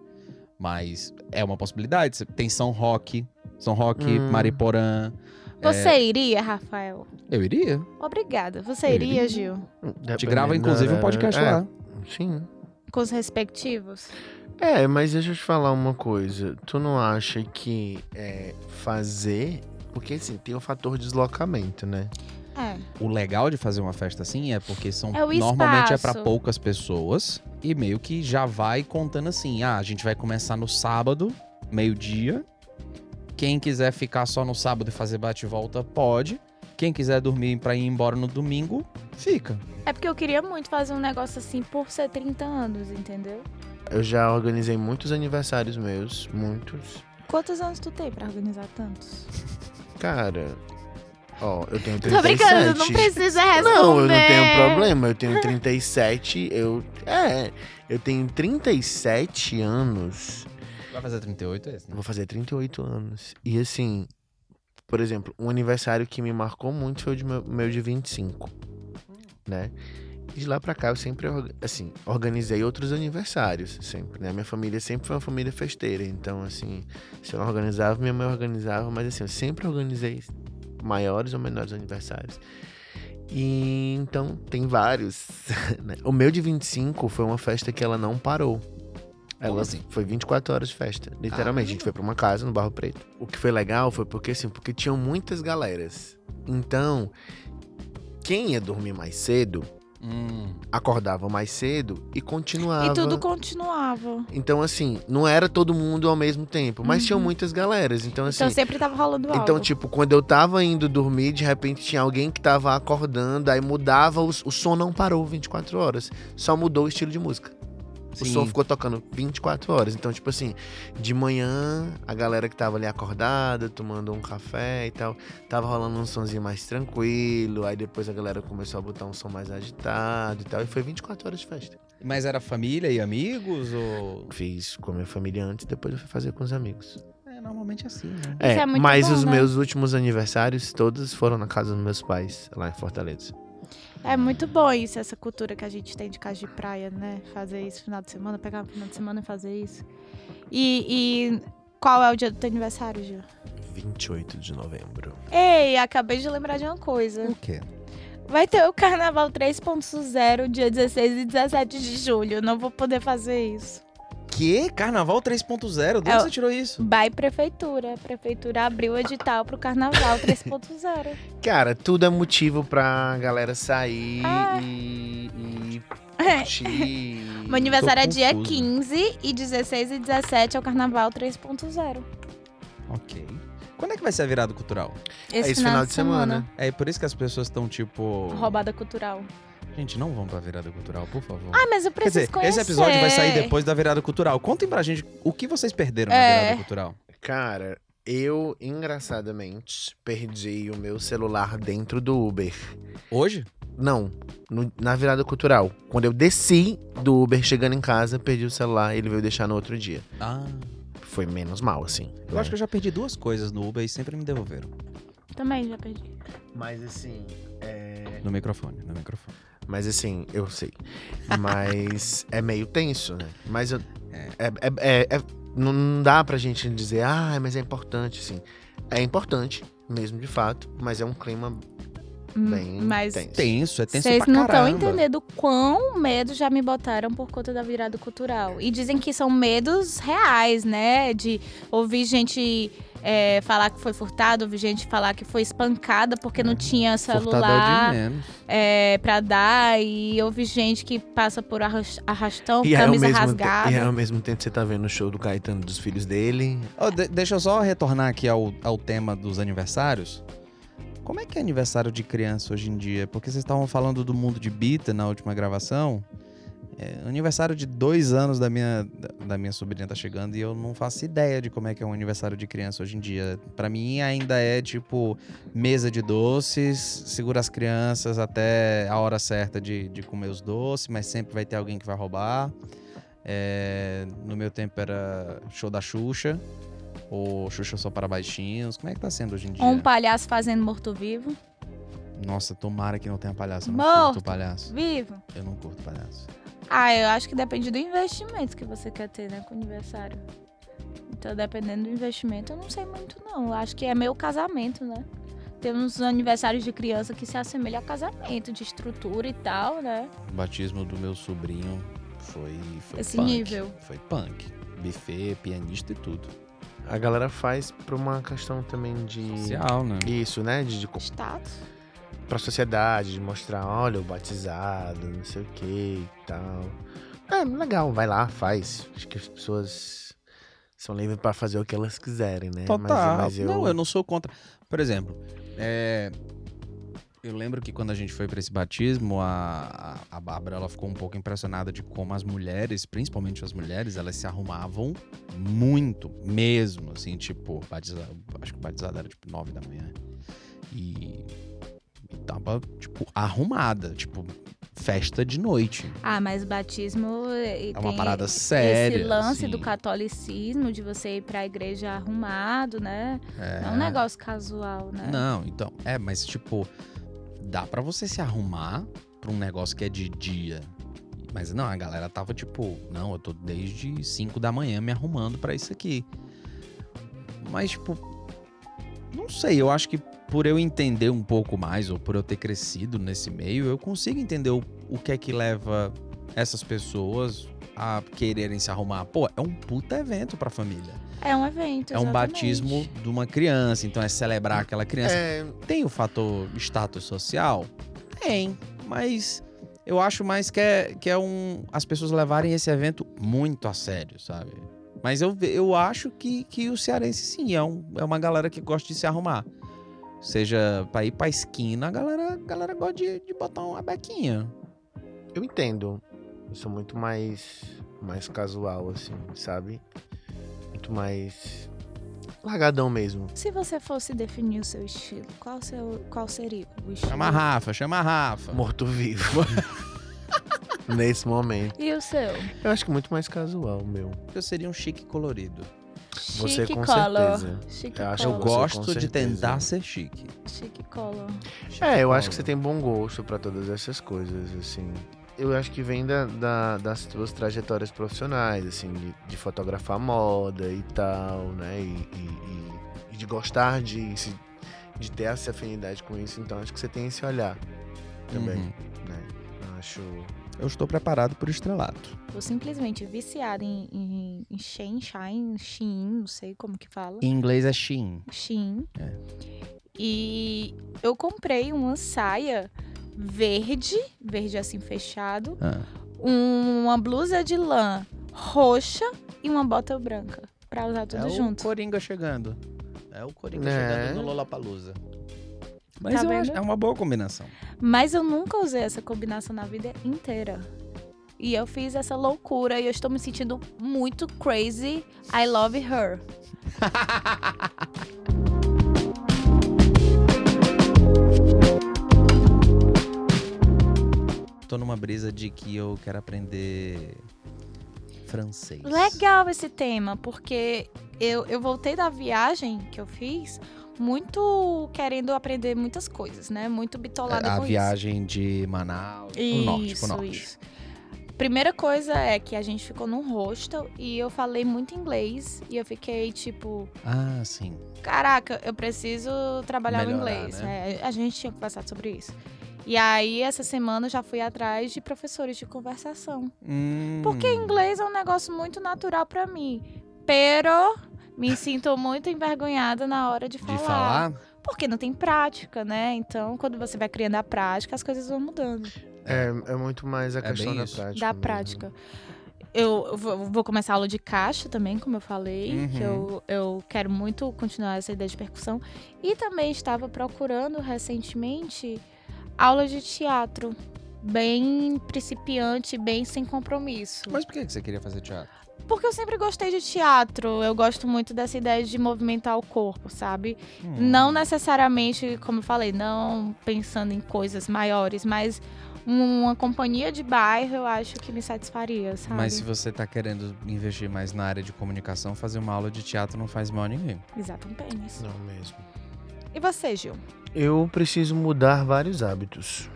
Speaker 3: Mas é uma possibilidade. Cê- Tem São Roque, São Roque,
Speaker 2: Hum.
Speaker 3: Mariporã.
Speaker 4: Você iria, Rafael?
Speaker 3: Eu iria.
Speaker 4: Obrigada. Você
Speaker 3: Eu
Speaker 4: iria,
Speaker 3: iria.
Speaker 4: Gil?
Speaker 3: A gente grava, inclusive, um podcast
Speaker 2: é,
Speaker 3: lá.
Speaker 2: Sim.
Speaker 4: Com os respectivos?
Speaker 2: É, mas deixa eu te falar uma coisa. Tu não acha que é, fazer. Porque assim, tem o fator deslocamento, né?
Speaker 4: É.
Speaker 3: O legal de fazer uma festa assim é porque são
Speaker 4: É o
Speaker 3: normalmente é
Speaker 4: espaço.
Speaker 3: pra poucas pessoas e meio que já vai contando assim, ah, a gente vai começar no sábado, meio-dia. Quem quiser ficar só no sábado e fazer bate e volta pode. Quem quiser dormir pra ir embora no domingo, fica.
Speaker 4: É porque eu queria muito fazer um negócio assim por ser 30 anos, entendeu?
Speaker 2: Eu já organizei muitos aniversários meus, muitos.
Speaker 4: Quantos anos tu tem pra organizar tantos?
Speaker 2: Cara, ó, eu tenho 37.
Speaker 4: Tô brincando, não precisa responder.
Speaker 2: Não, eu não tenho problema. Eu tenho 37, eu. É, eu tenho 37 anos.
Speaker 3: Vai fazer 38 esse,
Speaker 2: Eu
Speaker 3: né?
Speaker 2: Vou fazer 38 anos. E assim, por exemplo, um aniversário que me marcou muito foi o de meu, meu de 25, né? E De lá pra cá eu sempre, orga- assim, organizei outros aniversários, sempre, né? Minha família sempre foi uma família festeira, então, assim, se eu não organizava, minha mãe organizava, mas assim, eu sempre organizei maiores ou menores aniversários. E então, tem vários. né? O meu de 25 foi uma festa que ela não parou. Ela
Speaker 3: Como assim?
Speaker 2: foi 24 horas de festa. Literalmente, a gente foi pra uma casa no Barro Preto. O que foi legal foi porque, assim, porque tinham muitas galeras. Então, quem ia dormir mais cedo,
Speaker 3: Hum.
Speaker 2: acordava mais cedo e continuava.
Speaker 4: E tudo continuava.
Speaker 2: Então, assim, não era todo mundo ao mesmo tempo, mas tinham
Speaker 4: Uhum.
Speaker 2: muitas galeras. Então, assim.
Speaker 4: Então sempre tava rolando algo.
Speaker 2: Então, tipo, quando eu tava indo dormir, de repente tinha alguém que tava acordando, aí mudava, o, o som não parou 24 horas, só mudou o estilo de música. O
Speaker 3: Sim.
Speaker 2: som ficou tocando 24 horas. Então, tipo assim, de manhã, a galera que tava ali acordada, tomando um café e tal, tava rolando um sonzinho mais tranquilo. Aí depois a galera começou a botar um som mais agitado e tal. E foi 24 horas de festa.
Speaker 3: Mas era família e amigos ou
Speaker 2: Fiz com a minha família antes, depois eu fui fazer com os amigos.
Speaker 3: é normalmente assim, né?
Speaker 4: Isso é muito
Speaker 2: mas
Speaker 4: bom,
Speaker 2: os
Speaker 4: né?
Speaker 2: meus últimos aniversários, todos foram na casa dos meus pais, lá em Fortaleza.
Speaker 4: É muito bom isso, essa cultura que a gente tem de casa de praia, né? Fazer isso no final de semana, pegar no final de semana e fazer isso. E, e qual é o dia do teu aniversário, Gil?
Speaker 2: 28 de novembro.
Speaker 4: Ei, acabei de lembrar de uma coisa.
Speaker 3: O quê?
Speaker 4: Vai ter o Carnaval 3.0, dia 16 e 17 de julho. Eu Não vou poder fazer isso.
Speaker 3: Que? Carnaval 3.0? De onde
Speaker 4: É o-
Speaker 3: você tirou isso?
Speaker 4: Vai prefeitura. A prefeitura abriu o edital pro Carnaval 3.0.
Speaker 2: Cara, tudo é motivo pra galera sair
Speaker 4: Ah.
Speaker 2: e, e
Speaker 4: É.
Speaker 2: curtir.
Speaker 4: Meu aniversário é
Speaker 3: Tô
Speaker 4: dia
Speaker 3: confuso.
Speaker 4: 15 e 16 e 17 é o Carnaval 3.0.
Speaker 3: Ok. Quando é que vai ser a virada cultural?
Speaker 2: É esse final de semana.
Speaker 3: É por isso que as pessoas estão tipo.
Speaker 4: Roubada cultural.
Speaker 3: Gente, não vão pra virada cultural, por favor.
Speaker 4: Ah, mas eu
Speaker 3: Quer
Speaker 4: preciso
Speaker 3: dizer,
Speaker 4: conhecer.
Speaker 3: esse episódio vai sair depois da virada cultural. Contem pra gente o que vocês perderam na
Speaker 4: É.
Speaker 3: virada cultural.
Speaker 2: Cara, eu, engraçadamente, perdi o meu celular dentro do Uber.
Speaker 3: Hoje?
Speaker 2: Não, no- na virada cultural. Quando eu desci do Uber chegando em casa, perdi o celular, ele veio deixar no outro dia.
Speaker 3: Ah.
Speaker 2: Foi menos mal, assim.
Speaker 3: Eu acho que eu já perdi duas coisas no Uber e sempre me devolveram.
Speaker 4: Também já perdi.
Speaker 2: Mas assim.
Speaker 3: No microfone, no microfone.
Speaker 2: Mas assim, eu sei. Mas é meio tenso, né? Mas eu- é, é- é- é- não- não dá pra gente dizer, ah, mas é importante, assim. É importante, mesmo de fato, mas é um clima
Speaker 4: Hum,
Speaker 2: bem
Speaker 4: mas
Speaker 2: tenso.
Speaker 3: Tenso, é tenso
Speaker 4: vocês
Speaker 3: pra
Speaker 4: não estão
Speaker 3: caramba.
Speaker 4: entendendo quão medo já me botaram por conta da virada cultural. E dizem que são medos reais, né? De ouvir gente é, falar que foi furtado, ouvir gente falar que foi espancada porque não tinha
Speaker 3: Furtado é o de
Speaker 4: celular
Speaker 3: menos.
Speaker 4: é, pra dar. E ouvir gente que passa por arras- arrastão,
Speaker 3: é
Speaker 2: E aí, ao
Speaker 4: camisa
Speaker 2: mesmo te-
Speaker 4: rasgada. um
Speaker 2: e aí, ao mesmo tempo, você tá vendo o show do Caetano dos filhos dele.
Speaker 3: Ó, de- deixa eu só retornar aqui ao, ao tema dos aniversários. Como é que é aniversário de criança hoje em dia? Porque vocês estavam falando do mundo de Bita na última gravação. É, o aniversário de dois anos da minha, da- da minha sobrinha tá chegando e eu não faço ideia de como é que é um aniversário de criança hoje em dia. Pra mim ainda é tipo mesa de doces, segura as crianças até a hora certa de, de comer os doces, mas sempre vai ter alguém que vai roubar. É, no meu tempo era show da Xuxa, ou Xuxa só para baixinhos. Como é que tá sendo hoje em dia?
Speaker 4: Um palhaço fazendo morto-vivo.
Speaker 3: Nossa, tomara que não tenha palhaço. Eu não
Speaker 4: Morto.
Speaker 3: curto palhaço.
Speaker 4: Vivo.
Speaker 3: Eu não curto palhaço.
Speaker 4: Ah, eu acho que depende do investimento que você quer ter, né, com o aniversário. Então, dependendo do investimento, eu não sei muito, não. Eu acho que é meio casamento, né? Tem uns aniversários de criança que se assemelha a casamento, de estrutura e tal, né?
Speaker 3: O batismo do meu sobrinho foi, foi
Speaker 4: Esse
Speaker 3: punk.
Speaker 4: nível.
Speaker 3: Foi punk. Buffet, pianista e tudo.
Speaker 2: A galera faz por uma questão também de.
Speaker 3: Social, né?
Speaker 2: Isso, né? De, de co-
Speaker 4: Status.
Speaker 2: pra sociedade, de mostrar, olha, o batizado, não sei o que e tal. É, legal, vai lá, faz. Acho que as pessoas são livres pra fazer o que elas quiserem, né?
Speaker 3: Total. Não, eu não sou contra. Por exemplo, é, eu lembro que quando a gente foi para esse batismo, a, a, a Bárbara ela ficou um pouco impressionada de como as mulheres, principalmente as mulheres, elas se arrumavam muito, mesmo, assim, tipo, batizado, acho que o batizado era tipo 9 da manhã. E, e tava, tipo, arrumada, tipo, festa de noite.
Speaker 4: Ah, mas batismo é
Speaker 3: É uma parada séria.
Speaker 4: Esse lance
Speaker 3: assim.
Speaker 4: do catolicismo, de você ir pra igreja arrumado, né? É, um negócio casual, né?
Speaker 3: Não, então, é, mas tipo, dá pra você se arrumar pra um negócio que é de dia. Mas não, a galera tava tipo, não, eu tô desde 5 da manhã me arrumando pra isso aqui. Mas tipo, não sei, eu acho que por eu entender um pouco mais ou por eu ter crescido nesse meio, eu consigo entender o, o que é que leva essas pessoas a quererem se arrumar. Pô, é um puta evento pra família.
Speaker 4: É um evento,
Speaker 3: É um
Speaker 4: exatamente.
Speaker 3: batismo de uma criança, então é celebrar aquela criança.
Speaker 2: É,
Speaker 3: Tem o fator status social? Tem, mas eu acho mais que é, que é um. as pessoas levarem esse evento muito a sério, sabe? Mas eu, ve- eu acho que, que o cearense, sim, é, um- é uma galera que gosta de se arrumar. Seja pra ir pra esquina, a galera, a galera gosta de, de botar uma bequinha.
Speaker 2: Eu entendo. Eu sou muito mais mais casual assim, sabe? Muito mais largadão mesmo.
Speaker 4: Se você fosse definir o seu estilo, qual, seu, qual seria o estilo?
Speaker 3: Chama a Rafa, chama a Rafa.
Speaker 2: Morto vivo. Nesse momento.
Speaker 4: E o seu?
Speaker 2: Eu acho que muito mais casual, meu.
Speaker 3: Eu seria um chique colorido.
Speaker 2: Você
Speaker 4: Chique
Speaker 2: com
Speaker 4: color.
Speaker 2: certeza.
Speaker 4: Chique
Speaker 2: Eu acho
Speaker 3: Eu
Speaker 2: Você,
Speaker 4: color.
Speaker 2: com
Speaker 3: gosto de
Speaker 2: certeza.
Speaker 3: tentar ser chique.
Speaker 4: Chique color.
Speaker 3: Tipo,
Speaker 2: É, eu acho que
Speaker 3: color.
Speaker 2: você tem bom gosto pra todas essas coisas, assim. Eu acho que vem da, da- das tuas trajetórias profissionais, assim, de, de fotografar moda e tal, né? E, e- e- e de gostar disso, de ter essa afinidade com isso. Então, acho que você tem esse olhar também,
Speaker 3: Uhum.
Speaker 2: né? Eu Acho.
Speaker 3: Eu estou preparado pro estrelato.
Speaker 4: Tô simplesmente viciada em, em, em Shein, Shine, Shein, não sei como que fala.
Speaker 3: Em inglês é Shein.
Speaker 4: Shein.
Speaker 3: É.
Speaker 4: E eu comprei uma saia verde, verde assim fechado,
Speaker 3: Ah.
Speaker 4: um- uma blusa de lã roxa e uma bota branca pra usar tudo
Speaker 3: é
Speaker 4: junto.
Speaker 3: o Coringa chegando. É o Coringa
Speaker 2: É.
Speaker 3: chegando no Lollapalooza. Mas
Speaker 4: Tá
Speaker 3: eu
Speaker 4: vendo?
Speaker 3: acho- é uma boa combinação.
Speaker 4: Mas eu nunca usei essa combinação na vida inteira. E eu fiz essa loucura e eu estou me sentindo muito crazy. I love her.
Speaker 3: Tô numa brisa de que eu quero aprender francês.
Speaker 4: Legal esse tema, porque eu, eu voltei da viagem que eu fiz muito querendo aprender muitas coisas, né? Muito bitolada
Speaker 3: É, A
Speaker 4: com
Speaker 3: viagem de Manaus pro norte, pro
Speaker 4: Isso,
Speaker 3: norte.
Speaker 4: isso. Primeira coisa é que a gente ficou num hostel e eu falei muito inglês e eu fiquei tipo,
Speaker 3: Ah, sim.
Speaker 4: caraca, eu preciso trabalhar
Speaker 3: Melhorar, né?
Speaker 4: o inglês. É, a gente tinha conversado sobre isso. E aí, essa semana, eu já fui atrás de professores de conversação.
Speaker 3: Hum.
Speaker 4: Porque Hum. inglês é um negócio muito natural pra mim. Pero me sinto muito envergonhada na hora de falar.
Speaker 3: De falar?
Speaker 4: Porque não tem prática, né? Então, quando você vai criando a prática, as coisas vão mudando.
Speaker 2: É, é muito mais a
Speaker 3: É
Speaker 2: questão
Speaker 3: bem
Speaker 2: da
Speaker 3: isso.
Speaker 2: prática.
Speaker 4: da
Speaker 2: mesmo.
Speaker 4: prática. Eu eu vou vou começar a aula de caixa também, como eu falei,
Speaker 3: Uhum.
Speaker 4: que eu, eu quero muito continuar essa ideia de percussão. E também estava procurando recentemente aula de teatro, bem principiante, bem sem compromisso.
Speaker 3: Mas por que que você queria fazer teatro?
Speaker 4: Porque eu sempre gostei de teatro, eu gosto muito dessa ideia de movimentar o corpo, sabe?
Speaker 3: Hum.
Speaker 4: Não né, necessariamente, como eu falei, não pensando em coisas maiores, mas um, uma companhia de bairro eu acho que me satisfaria, sabe?
Speaker 3: Mas se você tá querendo investir mais na área de comunicação, fazer uma aula de teatro não faz mal a ninguém.
Speaker 4: Exatamente.
Speaker 2: Não mesmo.
Speaker 4: um E você, Gil?
Speaker 2: Eu preciso mudar vários hábitos.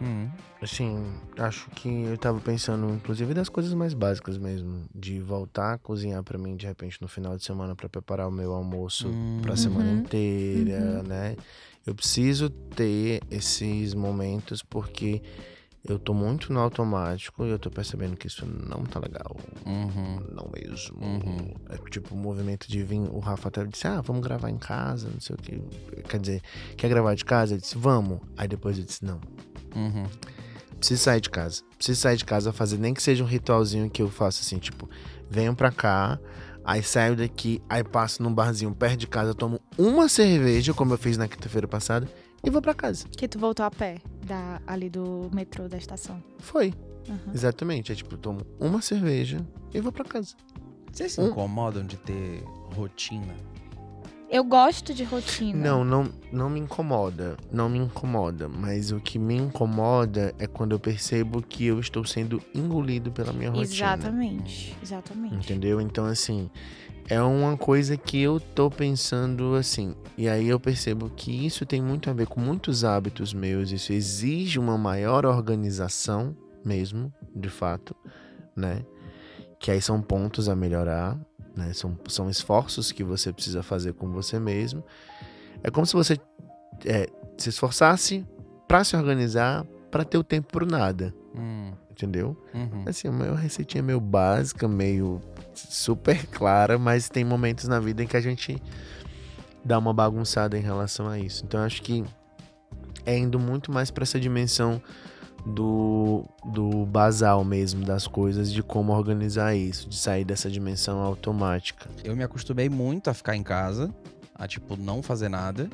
Speaker 3: Hum.
Speaker 2: Assim, acho que eu tava pensando, inclusive, das coisas mais básicas mesmo. De voltar a cozinhar pra mim, de repente, no final de semana, pra preparar o meu almoço
Speaker 3: Hum.
Speaker 2: pra semana
Speaker 4: Uhum.
Speaker 2: inteira, né? Eu preciso ter esses momentos porque eu tô muito no automático e eu tô percebendo que isso não tá legal.
Speaker 4: Hum.
Speaker 3: Uhum.
Speaker 2: Não mesmo.
Speaker 3: Uhum.
Speaker 2: É tipo um movimento de vir. O Rafa até disse: Ah, vamos gravar em casa, não sei o que. Quer dizer, quer gravar de casa? Eu disse: Vamos. Aí depois eu disse: Não,
Speaker 3: Uhum.
Speaker 2: preciso sair de casa. Preciso sair de casa, fazer nem que seja um ritualzinho que eu faço assim, tipo, venho pra cá, aí saio daqui, aí passo num barzinho perto de casa, tomo uma cerveja, como eu fiz na quinta-feira passada, e vou pra casa.
Speaker 4: Que tu voltou a pé da, ali do metrô da estação.
Speaker 2: Foi.
Speaker 4: Aham.
Speaker 2: Exatamente. É tipo, eu tomo uma cerveja e vou pra casa.
Speaker 3: Vocês se
Speaker 2: Hum.
Speaker 3: incomodam de ter rotina?
Speaker 4: Eu gosto de rotina.
Speaker 2: Não, não, não me incomoda. Não me incomoda. Mas o que me incomoda é quando eu percebo que eu estou sendo engolido pela minha rotina.
Speaker 4: Exatamente, exatamente.
Speaker 2: Entendeu? Então, assim, é uma coisa que eu tô pensando assim. E aí eu percebo que isso tem muito a ver com muitos hábitos meus. Isso exige uma maior organização mesmo, de fato, né? Que aí são pontos a melhorar, né? São, são esforços que você precisa fazer com você mesmo. É como se você é, se esforçasse pra se organizar, pra ter o tempo pro nada,
Speaker 3: Hum.
Speaker 2: entendeu?
Speaker 3: Uhum.
Speaker 2: Assim, uma receitinha meio básica, meio super clara, mas tem momentos na vida em que a gente dá uma bagunçada em relação a isso. Então eu acho que é indo muito mais pra essa dimensão do, do basal mesmo das coisas, de como organizar isso, de sair dessa dimensão automática.
Speaker 3: Eu me acostumei muito a ficar em casa, a tipo não fazer nada,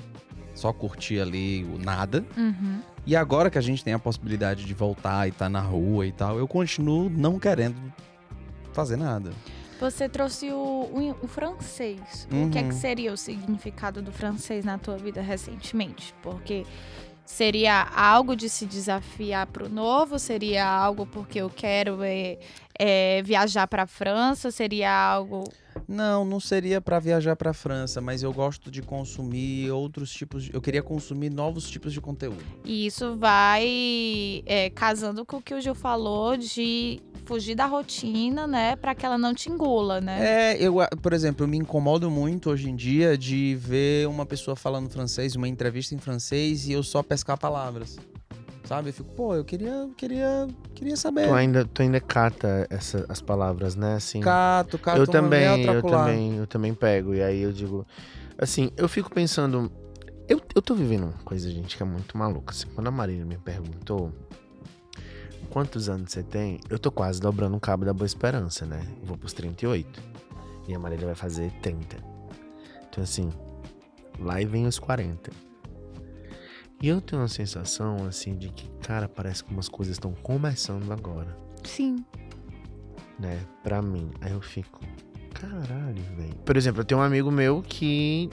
Speaker 3: só curtir ali o nada.
Speaker 4: Uhum.
Speaker 3: E agora que a gente tem a possibilidade de voltar e tá na rua e tal, eu continuo não querendo fazer nada.
Speaker 4: Você trouxe o, o- o francês. O que é
Speaker 3: Uhum.
Speaker 4: que seria o significado do francês na tua vida recentemente? Porque seria algo de se desafiar pro novo? Seria algo porque eu quero é, é, viajar pra França? Seria algo.
Speaker 3: Não, não seria pra viajar pra França, mas eu gosto de consumir outros tipos de... eu queria consumir novos tipos de conteúdo.
Speaker 4: E isso vai é, casando com o que o Gil falou de fugir da rotina, né? Pra que ela não te engula, né?
Speaker 3: É, eu, ah, por exemplo, eu me incomodo muito hoje em dia de ver uma pessoa falando francês, uma entrevista em francês e eu só pescar palavras. Sabe? Eu fico, pô, eu queria, queria, queria saber.
Speaker 2: Tu, ainda, tu ainda cata essa, as palavras, né? Assim,
Speaker 3: Cato, cato,
Speaker 2: eu
Speaker 3: uma meia
Speaker 2: também, eu
Speaker 3: tracular.
Speaker 2: também, eu também pego. E aí eu digo, assim, eu fico pensando, eu, eu tô vivendo uma coisa, gente, que é muito maluca. assim. quando a Marília me perguntou quantos anos você tem, eu tô quase dobrando o cabo da Boa Esperança, né? Eu vou pros 38. E a Marília vai fazer 30. Então, assim, lá e vem os 40. E eu tenho uma sensação, assim, de que, cara, parece que umas coisas estão começando agora
Speaker 4: Sim.
Speaker 2: né, pra mim. Aí eu fico, caralho, velho. Por exemplo, eu tenho um amigo meu que.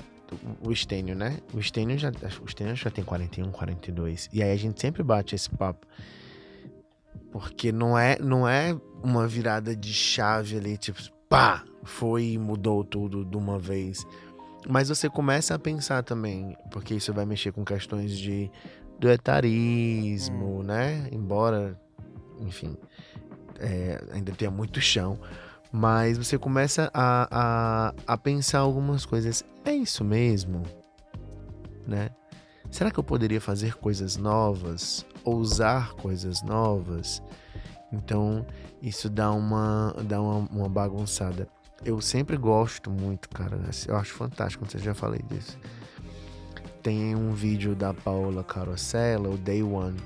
Speaker 2: O Estênio, né? O Estênio já, o Estênio já tem 41, 42. E aí a gente sempre bate esse papo. Porque não é, não é uma virada de chave ali, tipo, pá, foi e mudou tudo de uma vez. Mas você começa a pensar também, porque isso vai mexer com questões de do etarismo, né? Embora, enfim, é, ainda tenha muito chão. Mas você começa a, a, a pensar algumas coisas. É isso mesmo? Né? Será que eu poderia fazer coisas novas? Ousar coisas novas? Então, isso dá uma, dá uma, uma bagunçada. Eu sempre gosto muito, cara. né? Eu acho fantástico, não sei se eu já falei disso. Tem um vídeo da Paola Carosella, o Day One,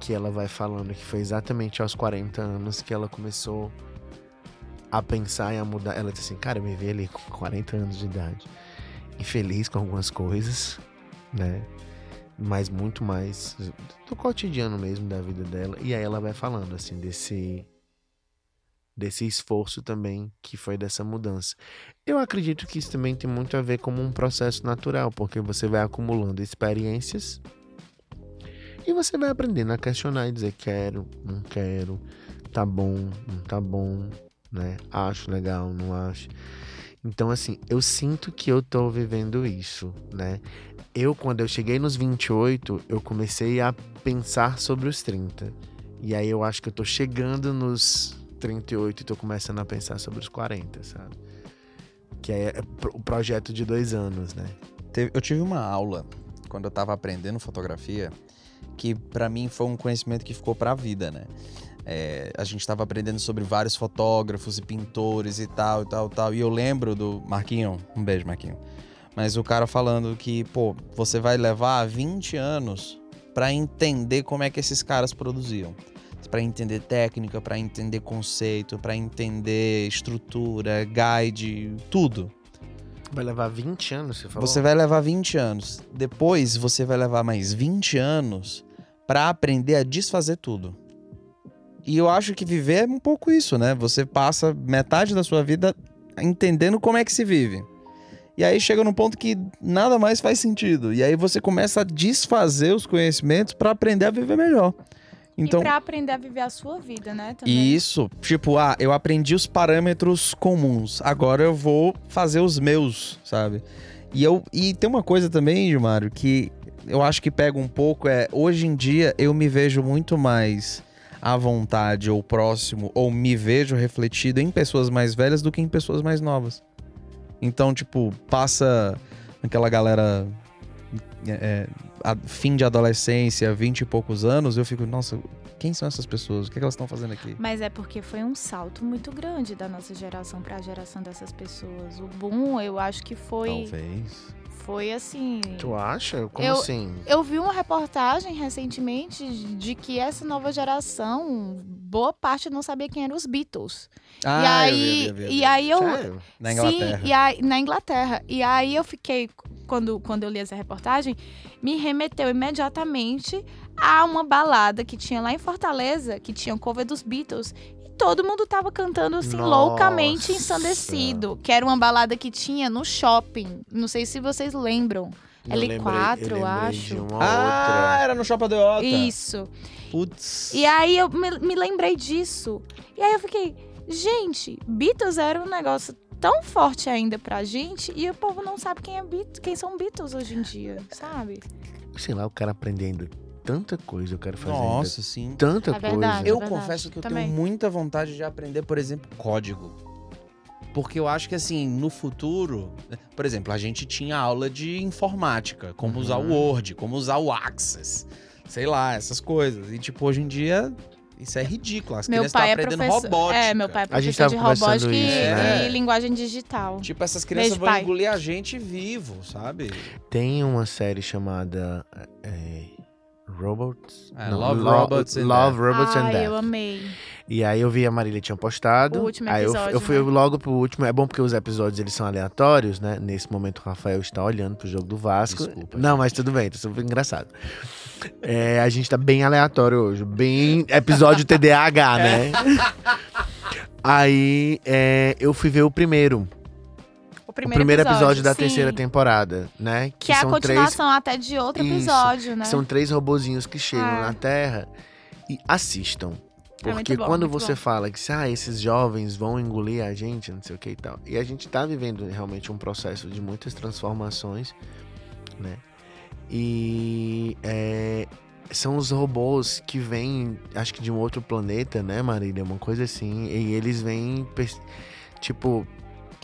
Speaker 2: que ela vai falando que foi exatamente aos 40 anos que ela começou a pensar e a mudar. Ela disse assim, cara, eu me vi ali com 40 anos de idade. Infeliz com algumas coisas, né? Mas muito mais do cotidiano mesmo da vida dela. E aí ela vai falando, assim, desse. Desse esforço também que foi dessa mudança. Eu acredito que isso também tem muito a ver como um processo natural, porque você vai acumulando experiências e você vai aprendendo a questionar e dizer quero, não quero, tá bom, não tá bom, né? Acho legal, não acho. Então, assim, eu sinto que eu tô vivendo isso, né? Eu, quando eu cheguei nos 28, eu comecei a pensar sobre os 30. E aí eu acho que eu tô chegando nos 38 e tô começando a pensar sobre os 40, sabe? Que é é pro- o projeto de dois anos, né?
Speaker 3: Teve- Eu tive uma aula quando eu tava aprendendo fotografia que pra mim foi um conhecimento que ficou pra vida, né? É, a gente tava aprendendo sobre vários fotógrafos e pintores e tal, e tal, e tal. E eu lembro do Marquinho, um beijo, Marquinho. Mas o cara falando que, pô, você vai levar 20 anos pra entender como é que esses caras produziam. Pra entender técnica, pra entender conceito, pra entender estrutura, guide, tudo.
Speaker 2: Vai levar 20 anos, você falou?
Speaker 3: Você vai levar 20 anos. Depois você vai levar mais 20 anos pra aprender a desfazer tudo. E eu acho que viver é um pouco isso, né? Você passa metade da sua vida entendendo como é que se vive. E aí chega num ponto que nada mais faz sentido. E aí você começa a desfazer os conhecimentos pra aprender a viver melhor. Então,
Speaker 4: E pra aprender a viver a sua vida, né? Também.
Speaker 3: e Isso, tipo, ah, eu aprendi os parâmetros comuns, agora eu vou fazer os meus, sabe? E, eu, e tem uma coisa também, Gilmário, que eu acho que pega um pouco, é hoje em dia eu me vejo muito mais à vontade ou próximo, ou me vejo refletido em pessoas mais velhas do que em pessoas mais novas. Então, tipo, passa aquela galera é, é, a- fim de adolescência, vinte e poucos anos, eu fico, nossa, quem são essas pessoas? O que, é que elas estão fazendo aqui?
Speaker 4: Mas é porque foi um salto muito grande da nossa geração pra geração dessas pessoas. O boom, eu acho que foi,
Speaker 5: Talvez.
Speaker 4: foi assim.
Speaker 2: Tu acha? Como
Speaker 4: Eu-
Speaker 2: assim?
Speaker 4: Eu vi uma reportagem recentemente de que essa nova geração, boa parte não sabia quem eram os Beatles. e
Speaker 3: Ah,
Speaker 4: aí, e aí eu,
Speaker 2: Sério?
Speaker 3: Na Inglaterra.
Speaker 4: Sim, e aí, na Inglaterra. E aí eu fiquei, quando, quando eu li essa reportagem, me remeteu imediatamente a uma balada que tinha lá em Fortaleza, que tinha um cover dos Beatles. E todo mundo tava cantando assim,
Speaker 2: Nossa.
Speaker 4: loucamente ensandecido. Que era uma balada que tinha no shopping. Não sei se vocês lembram.
Speaker 2: Eu lembrei- eu
Speaker 4: L4, eu
Speaker 2: lembrei De
Speaker 4: acho.
Speaker 2: uma
Speaker 3: Ah,
Speaker 2: outra.
Speaker 3: era no Shopping Deota.
Speaker 4: Isso.
Speaker 3: Putz.
Speaker 4: E aí eu me, me lembrei disso. E aí eu fiquei, gente, Beatles era um negócio tão forte ainda pra gente e o povo não sabe quem, é Beat- quem são Beatles hoje em dia, sabe?
Speaker 2: Sei lá, o cara aprendendo tanta coisa, eu quero fazer ainda
Speaker 3: Nossa, sim.
Speaker 2: tanta
Speaker 4: É verdade.
Speaker 2: coisa.
Speaker 3: Eu
Speaker 4: verdade,
Speaker 3: confesso que eu
Speaker 4: também.
Speaker 3: tenho muita vontade de aprender, por exemplo, código. Porque eu acho que, assim, no futuro... Por exemplo, a gente tinha aula de informática. Como usar o
Speaker 2: Uhum.
Speaker 3: Word, como usar o Access. Sei lá, essas coisas. E, tipo, hoje em dia... Isso é ridículo. As
Speaker 4: meu
Speaker 3: crianças estão
Speaker 4: pai é
Speaker 3: aprendendo
Speaker 4: professor.
Speaker 3: robótica.
Speaker 4: É, meu pai é
Speaker 2: A gente
Speaker 4: professor de
Speaker 2: tava conversando
Speaker 4: robótica e,
Speaker 2: isso,
Speaker 3: né?
Speaker 4: e linguagem digital.
Speaker 3: Tipo, essas crianças
Speaker 4: Beijo,
Speaker 3: vão
Speaker 4: pai.
Speaker 3: engolir a gente vivo, sabe?
Speaker 2: Tem uma série chamada é, Robots.
Speaker 3: É, Love,
Speaker 2: Lo-
Speaker 3: Robots and
Speaker 2: Love, Robots and
Speaker 4: Ai,
Speaker 2: Death.
Speaker 4: Ah, eu amei.
Speaker 2: E aí eu vi a Marília tinha postado.
Speaker 4: O último
Speaker 2: aí eu- eu,
Speaker 4: episódio,
Speaker 2: fui
Speaker 4: né?
Speaker 2: logo pro último. É bom porque os episódios eles são aleatórios, né? Nesse momento o Rafael está olhando pro jogo do Vasco.
Speaker 3: Desculpa,
Speaker 2: Não, mas tudo bem, tá super engraçado. É, a gente tá bem aleatório hoje, bem episódio TDAH,
Speaker 4: É.
Speaker 2: né? Aí é, eu fui ver o primeiro,
Speaker 4: O
Speaker 2: o
Speaker 4: primeiro,
Speaker 2: primeiro episódio, da
Speaker 4: sim.
Speaker 2: terceira temporada, né?
Speaker 4: Que é a
Speaker 2: são três
Speaker 4: continuação até de outro
Speaker 2: Isso,
Speaker 4: episódio, né?
Speaker 2: que São três robozinhos que chegam
Speaker 4: Ah.
Speaker 2: na Terra e assistam.
Speaker 4: É muito
Speaker 2: Porque
Speaker 4: bom,
Speaker 2: quando
Speaker 4: muito
Speaker 2: você
Speaker 4: bom.
Speaker 2: fala que ah, esses jovens vão engolir a gente, não sei o que e tal. E a gente tá vivendo realmente um processo de muitas transformações, né? E é, são os robôs que vêm, acho que de um outro planeta, né, Marília? Uma coisa assim. E eles vêm, pers- tipo,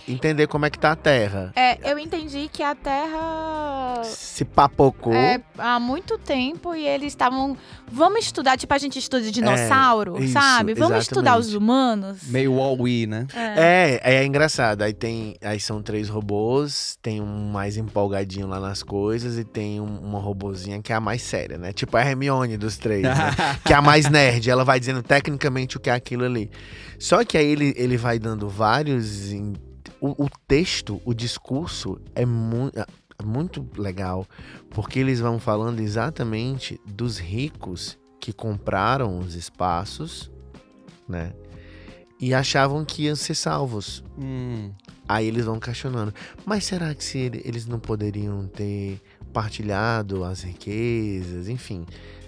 Speaker 2: entender como é que tá a Terra.
Speaker 4: É, eu entendi que a Terra
Speaker 2: Se papocou.
Speaker 4: É, há muito tempo e eles estavam. Vamos estudar, tipo a gente estuda dinossauro,
Speaker 2: É, isso,
Speaker 4: sabe? Vamos estudar os
Speaker 2: exatamente.
Speaker 4: humanos.
Speaker 5: Meio all-we, né?
Speaker 4: É.
Speaker 2: É, é engraçado. Aí tem, aí são três robôs, tem um mais empolgadinho lá nas coisas e tem um- uma robozinha que é a mais séria, né? Tipo a Hermione dos três, né? que é a mais nerd. Ela vai dizendo tecnicamente o que é aquilo ali. Só que aí ele, ele vai dando vários. in- O, o texto, o discurso é muito. Muito legal, porque eles vão falando exatamente dos ricos que compraram os espaços, né? E achavam que iam ser salvos.
Speaker 5: Hum.
Speaker 2: Aí eles vão questionando. Mas será que se ele- eles não poderiam ter partilhado as riquezas? Enfim,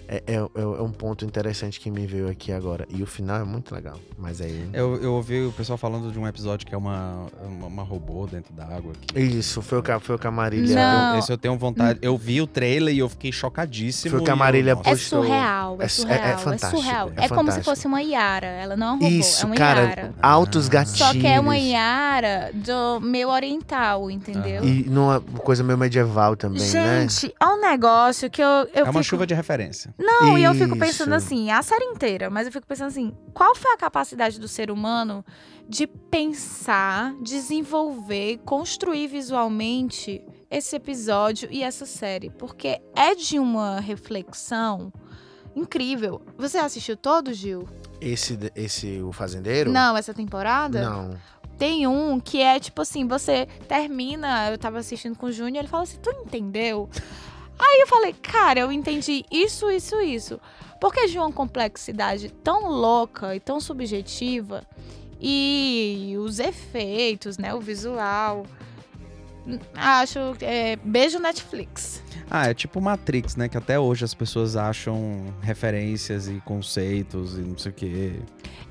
Speaker 2: é, é- é- é um ponto interessante que me veio aqui agora. E o final é muito legal. Mas aí.
Speaker 5: Eu, eu ouvi o pessoal falando de um episódio que é uma, uma, uma robô dentro da água. Que...
Speaker 2: Isso, foi o, ca- foi o que a Marília.
Speaker 5: Esse eu tenho-
Speaker 4: Não. é
Speaker 5: Esse eu tenho vontade. Eu vi o trailer e eu fiquei chocadíssimo.
Speaker 2: Foi o que
Speaker 5: e
Speaker 2: a
Speaker 5: eu-
Speaker 2: Marília
Speaker 5: nossa.
Speaker 4: É
Speaker 2: postou.
Speaker 4: surreal,
Speaker 2: É-
Speaker 4: é
Speaker 2: é-
Speaker 4: surreal,
Speaker 2: é
Speaker 4: é,
Speaker 2: fantástico,
Speaker 4: surreal.
Speaker 2: é
Speaker 4: É, como se
Speaker 2: fantástico.
Speaker 4: fosse uma Iara. Ela não é um robô,
Speaker 2: Isso,
Speaker 4: é uma
Speaker 2: cara.
Speaker 4: Iara.
Speaker 2: Altos
Speaker 5: Ah.
Speaker 2: gatilhos.
Speaker 4: Só que é uma Iara do meio oriental, entendeu?
Speaker 2: E numa coisa meio medieval também, né?
Speaker 4: Gente, é um negócio que eu. eu
Speaker 5: É uma
Speaker 4: fico-
Speaker 5: chuva de referência.
Speaker 4: Não, e eu fico pensando
Speaker 3: Isso.
Speaker 4: assim, a série inteira, mas eu fico pensando assim, qual foi a capacidade do ser humano de pensar, desenvolver, construir visualmente esse episódio e essa série? Porque é de uma reflexão incrível. Você assistiu todo, Gil?
Speaker 2: Esse, esse, o fazendeiro?
Speaker 4: Não, essa temporada?
Speaker 2: Não.
Speaker 4: Tem um que é tipo assim, você termina, eu tava assistindo com o Júnior, ele fala assim, tu entendeu? Aí eu falei, cara, eu entendi isso, isso, isso. Porque é de uma complexidade tão louca e tão subjetiva, e os efeitos, né, o visual... Acho. é, beijo Netflix.
Speaker 3: Ah, é tipo Matrix, né? Que até hoje as pessoas acham referências e conceitos e não sei o quê.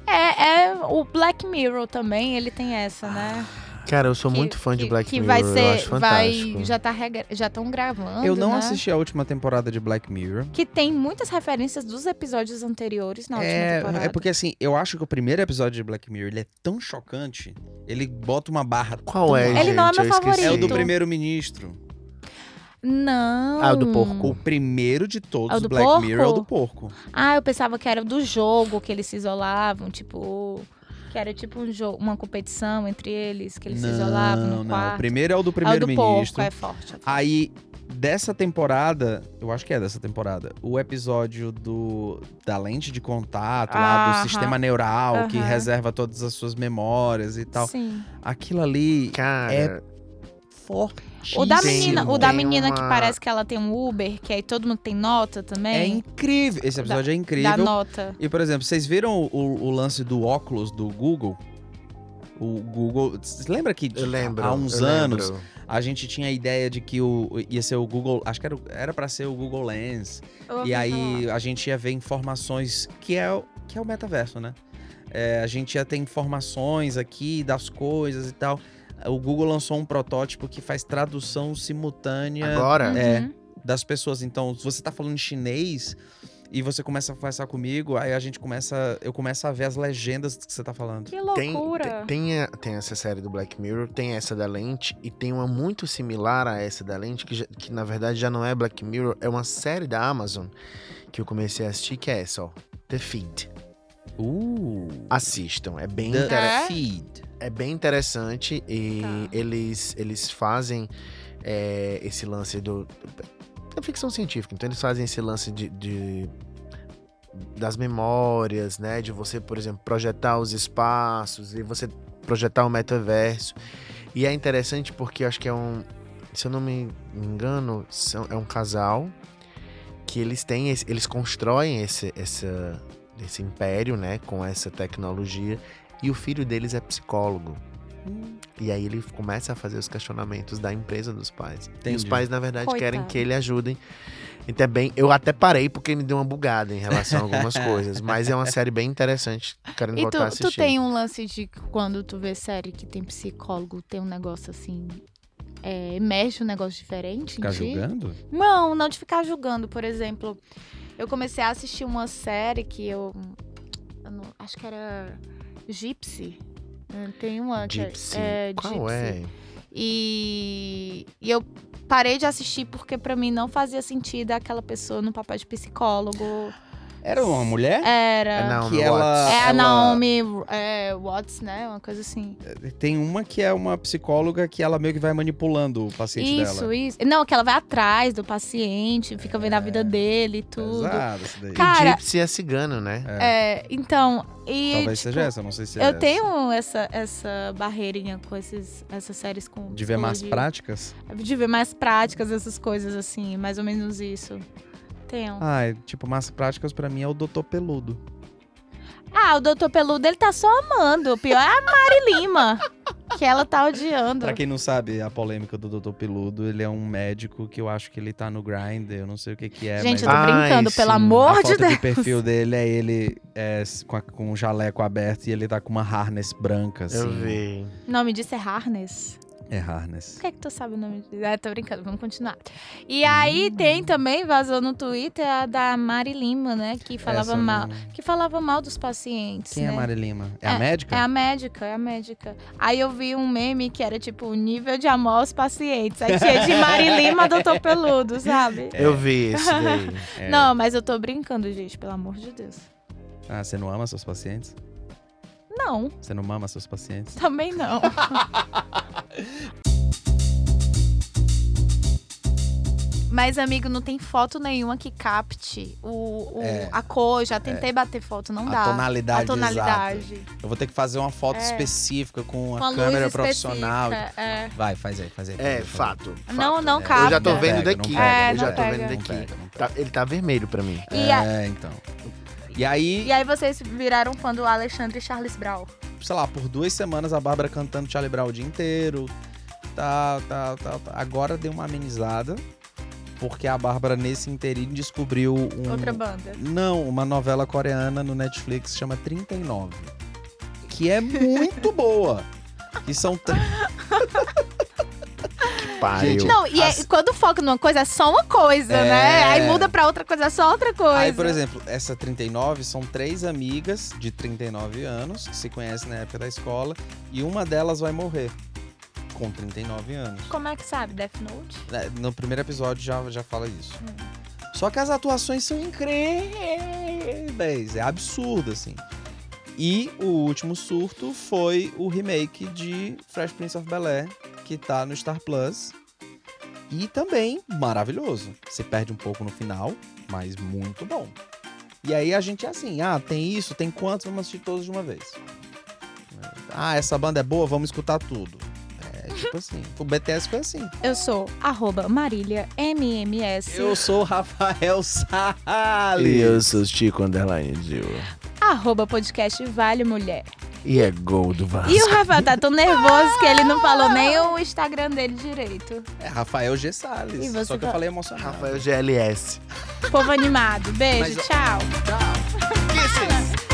Speaker 4: É, é o Black Mirror também, ele tem essa, né?
Speaker 2: Cara, eu Ah, sou
Speaker 4: Que-
Speaker 2: muito fã de
Speaker 4: que-
Speaker 2: Black
Speaker 4: que
Speaker 2: Mirror.
Speaker 4: vai
Speaker 2: eu
Speaker 4: ser,
Speaker 2: acho fantástico.
Speaker 4: vai, já tá regra- já estão gravando.
Speaker 3: Eu não
Speaker 4: né?
Speaker 3: assisti a última temporada de Black Mirror.
Speaker 4: Que tem muitas referências dos episódios anteriores na última
Speaker 3: É,
Speaker 4: temporada.
Speaker 3: é porque assim, eu acho que o primeiro episódio de Black Mirror ele é tão chocante, ele bota uma barra.
Speaker 2: Qual é,
Speaker 3: tão
Speaker 2: gente?
Speaker 4: Ele não é meu
Speaker 2: Eu esqueci.
Speaker 3: É o do
Speaker 4: favorito.
Speaker 3: primeiro-ministro.
Speaker 4: Não.
Speaker 2: Ah, o do porco.
Speaker 3: O primeiro de todos,
Speaker 4: Hum. É o do
Speaker 3: Black
Speaker 4: porco?
Speaker 3: Mirror, é o do porco.
Speaker 4: Ah, eu pensava que era do jogo que eles se isolavam, tipo. Que era tipo um jogo, uma competição entre eles, que eles se isolavam
Speaker 3: não, não.
Speaker 4: no
Speaker 3: O
Speaker 4: quarto.
Speaker 3: primeiro é o do
Speaker 4: Ah, o do
Speaker 3: primeiro-ministro. Ah,
Speaker 4: porco é forte. é forte.
Speaker 3: Aí, dessa temporada, eu acho que é dessa temporada, o episódio do da lente de contato, lá do
Speaker 4: Aham.
Speaker 3: sistema neural, que
Speaker 4: Aham.
Speaker 3: reserva todas as suas memórias e tal.
Speaker 4: Sim.
Speaker 3: Aquilo ali
Speaker 2: Cara,
Speaker 3: É fortíssimo.
Speaker 4: O da
Speaker 2: Sim,
Speaker 4: menina, o da
Speaker 2: tem
Speaker 4: menina que
Speaker 2: uma-
Speaker 4: parece que ela tem um Uber, que aí todo mundo tem nota
Speaker 3: É
Speaker 4: também.
Speaker 3: incrível. Esse episódio é
Speaker 4: da
Speaker 3: incrível.
Speaker 4: nota.
Speaker 3: E, por exemplo, vocês viram o, o lance do óculos do Google? O Google. Cês Lembra que
Speaker 2: eu lembro.
Speaker 3: há uns
Speaker 2: eu
Speaker 3: anos
Speaker 2: lembro.
Speaker 3: a gente tinha a ideia de que o, ia ser o Google. Acho que era, era pra ser o Google Lens. E aí a gente ia ver informações que é, o- que é o metaverso, né? É, a gente ia ter informações aqui das coisas e tal. O Google lançou um protótipo que faz tradução simultânea
Speaker 2: Agora?
Speaker 3: é.
Speaker 4: Uhum.
Speaker 3: das pessoas. Então, se você tá falando chinês e você começa a conversar comigo, aí a gente começa. Eu começo a ver as legendas que você tá falando.
Speaker 4: Que
Speaker 2: Tem,
Speaker 4: loucura.
Speaker 2: tem, tem a- tem essa série do Black Mirror, tem essa da lente, e tem uma muito similar a essa da lente, que, já- que na verdade já não é Black Mirror, é uma série da Amazon que eu comecei a assistir, que é essa, ó. The Feed.
Speaker 3: Uh!
Speaker 2: Assistam, é bem,
Speaker 3: The
Speaker 2: intere-
Speaker 4: É?
Speaker 3: Feed.
Speaker 2: é bem interessante e
Speaker 4: Tá.
Speaker 2: eles, eles fazem é, esse lance do. É ficção científica, então eles fazem esse lance de. de- das memórias, né? De você, por exemplo, projetar os espaços e você projetar o metaverso. E é interessante porque eu acho que é um. Se eu não me engano, são, é um casal que eles têm. esse- eles constroem esse, essa, esse império, né? Com essa tecnologia. E o filho deles é psicólogo.
Speaker 3: Tá
Speaker 2: E aí ele começa a fazer os questionamentos da empresa dos pais. E os
Speaker 3: Entendi.
Speaker 2: pais, na verdade, querem
Speaker 4: Coitado.
Speaker 2: que ele ajudem. Então é bem. Eu até parei porque me deu uma bugada em relação a algumas coisas. Mas é uma série bem interessante. Querendo
Speaker 4: E
Speaker 2: voltar
Speaker 4: tu,
Speaker 2: a assistir.
Speaker 4: tu tem um lance de que quando tu vê série que tem psicólogo, tem um negócio assim. É, emerge um negócio diferente
Speaker 3: Ficar
Speaker 4: em ti?
Speaker 3: julgando?
Speaker 4: Não, não de ficar julgando. Por exemplo, eu comecei a assistir uma série que eu. eu não- acho que era Gypsy. Hum, Tem uma. que
Speaker 2: Gypsy.
Speaker 4: É,
Speaker 2: Qual
Speaker 4: Gypsy.
Speaker 2: é?
Speaker 4: E, e eu parei de assistir porque pra mim não fazia sentido aquela pessoa no papel de psicólogo.
Speaker 3: Era uma mulher?
Speaker 4: Era.
Speaker 2: É Naomi
Speaker 3: que ela-
Speaker 2: Watts.
Speaker 4: É a
Speaker 3: Ela-
Speaker 4: Naomi é, Watts, né? Uma coisa assim.
Speaker 3: Tem uma que é uma psicóloga que ela meio que vai manipulando o paciente
Speaker 4: Isso,
Speaker 3: dela.
Speaker 4: isso. Não, que ela vai atrás do paciente, fica vendo a vida dele e tudo.
Speaker 3: É, Pesado isso daí.
Speaker 4: Cara,
Speaker 2: E Gypsy é cigano, né?
Speaker 4: É, então, e.
Speaker 3: Talvez seja
Speaker 4: tipo,
Speaker 3: essa, não sei se é
Speaker 4: Eu
Speaker 3: essa.
Speaker 4: tenho essa, essa barreirinha com esses, essas séries com.
Speaker 3: De ver mais
Speaker 4: psicologia.
Speaker 3: práticas?
Speaker 4: De ver mais práticas, essas coisas assim, mais ou menos isso. Tenho.
Speaker 3: Ah, é, tipo, mais práticas pra mim é o Doutor Peludo.
Speaker 4: Ah, o Doutor Peludo, ele tá só amando. O pior é a Mari Lima, que ela tá odiando.
Speaker 3: Pra quem não sabe a polêmica do Doutor Peludo, ele é um médico que eu acho que ele tá no grind, eu não sei o que que é.
Speaker 4: Gente, eu
Speaker 3: mas...
Speaker 4: tô
Speaker 2: Ai,
Speaker 4: brincando, pelo
Speaker 2: sim.
Speaker 3: a
Speaker 4: amor
Speaker 3: foto
Speaker 4: de Deus.
Speaker 3: de perfil dele é ele é, s- com, a- com o jaleco aberto e ele tá com uma harness branca, assim.
Speaker 2: Eu vi.
Speaker 4: O nome disso é Harness.
Speaker 3: É
Speaker 4: Por
Speaker 3: Harness.
Speaker 4: que, é que tu sabe o nome disso? Ah, tô brincando, vamos continuar. E aí tem também, vazou no Twitter, a da Mari Lima, né? Que falava
Speaker 3: Essa não- é.
Speaker 4: mal. Que falava mal dos pacientes.
Speaker 3: Quem é
Speaker 4: né?
Speaker 3: a Mari Lima? É,
Speaker 4: É-
Speaker 3: a médica?
Speaker 4: É a médica, é a médica. Aí eu vi um meme que era tipo o nível de amor aos pacientes. Aí tinha de Mari Lima, doutor Peludo, sabe?
Speaker 2: Eu vi isso daí.
Speaker 3: É.
Speaker 4: Não, mas eu tô brincando, gente, pelo amor de Deus.
Speaker 3: Ah, você não ama seus pacientes?
Speaker 4: Não,
Speaker 3: Você não mama seus pacientes?
Speaker 4: também não. Mas, amigo, não tem foto nenhuma que capte o, o-
Speaker 3: É.
Speaker 4: a cor. Já tentei bater foto, não dá.
Speaker 3: a tonalidade,
Speaker 4: a tonalidade.
Speaker 3: exata. Eu vou ter que fazer uma foto
Speaker 4: É.
Speaker 3: específica com
Speaker 4: Com
Speaker 3: uma
Speaker 4: a luz
Speaker 3: câmera profissional.
Speaker 4: específica, é.
Speaker 3: Vai, faz aí, faz aí. faz aí,
Speaker 2: É,
Speaker 3: faz aí.
Speaker 2: fato.
Speaker 4: Não,
Speaker 2: fato.
Speaker 4: não
Speaker 2: Eu já
Speaker 4: capta.
Speaker 2: tô
Speaker 3: Não
Speaker 2: vendo
Speaker 3: pega,
Speaker 2: daqui.
Speaker 3: não pega,
Speaker 2: eu
Speaker 4: É, não
Speaker 2: já tô
Speaker 4: pega.
Speaker 2: vendo
Speaker 3: Não
Speaker 2: daqui.
Speaker 3: pega, não pega.
Speaker 2: Tá- ele tá vermelho pra mim.
Speaker 4: E, a-
Speaker 3: É, então. E aí,
Speaker 4: e aí vocês viraram fã do Alexandre Charles Brown.
Speaker 3: sei lá, por duas semanas a Bárbara cantando Charlie Brown o dia inteiro. Tal, tal, tal, tal. Agora deu uma amenizada. Porque a Bárbara, nesse inteirinho, descobriu um.
Speaker 4: Outra banda.
Speaker 3: Não, uma novela coreana no Netflix que chama 39. Que é muito boa. Que são. tr-
Speaker 2: Pariu.
Speaker 3: Gente,
Speaker 4: Não, e é-
Speaker 3: As-
Speaker 4: quando foca numa coisa, é só uma coisa, né? Aí muda pra outra coisa, é só outra coisa.
Speaker 3: Aí, por exemplo, essa 39 são três amigas de 39 anos que se conhecem na época da escola e uma delas vai morrer com 39 anos.
Speaker 4: Como é que sabe? Death Note?
Speaker 3: Né, No primeiro episódio já, já fala isso. Só que as atuações são incríveis, é absurdo, assim. E o último surto foi o remake de Fresh Prince of Bel-Air, que tá no Star Plus. E também maravilhoso. Se perde um pouco no final, mas muito bom. E aí a gente é assim, ah, tem isso, tem quantos, vamos assistir todos de uma vez. Ah, essa banda é boa, vamos escutar tudo. É tipo assim, o BTS foi assim.
Speaker 4: Eu sou arroba Marília MMS,
Speaker 3: Eu sou o Rafael
Speaker 2: E
Speaker 3: Salles.
Speaker 2: eu sou o Chico Underline Gil.
Speaker 4: arroba podcast Vale Mulher.
Speaker 2: E é gol do Vasco.
Speaker 4: E o Rafael tá tão nervoso que ele não falou nem o Instagram dele direito.
Speaker 3: É Rafael G. Salles.
Speaker 4: E você
Speaker 3: Só que
Speaker 4: tá-
Speaker 3: eu falei emocionado.
Speaker 2: Rafael GLS.
Speaker 4: Povo animado. Beijo,
Speaker 3: Mas-
Speaker 4: tchau.
Speaker 3: Tchau.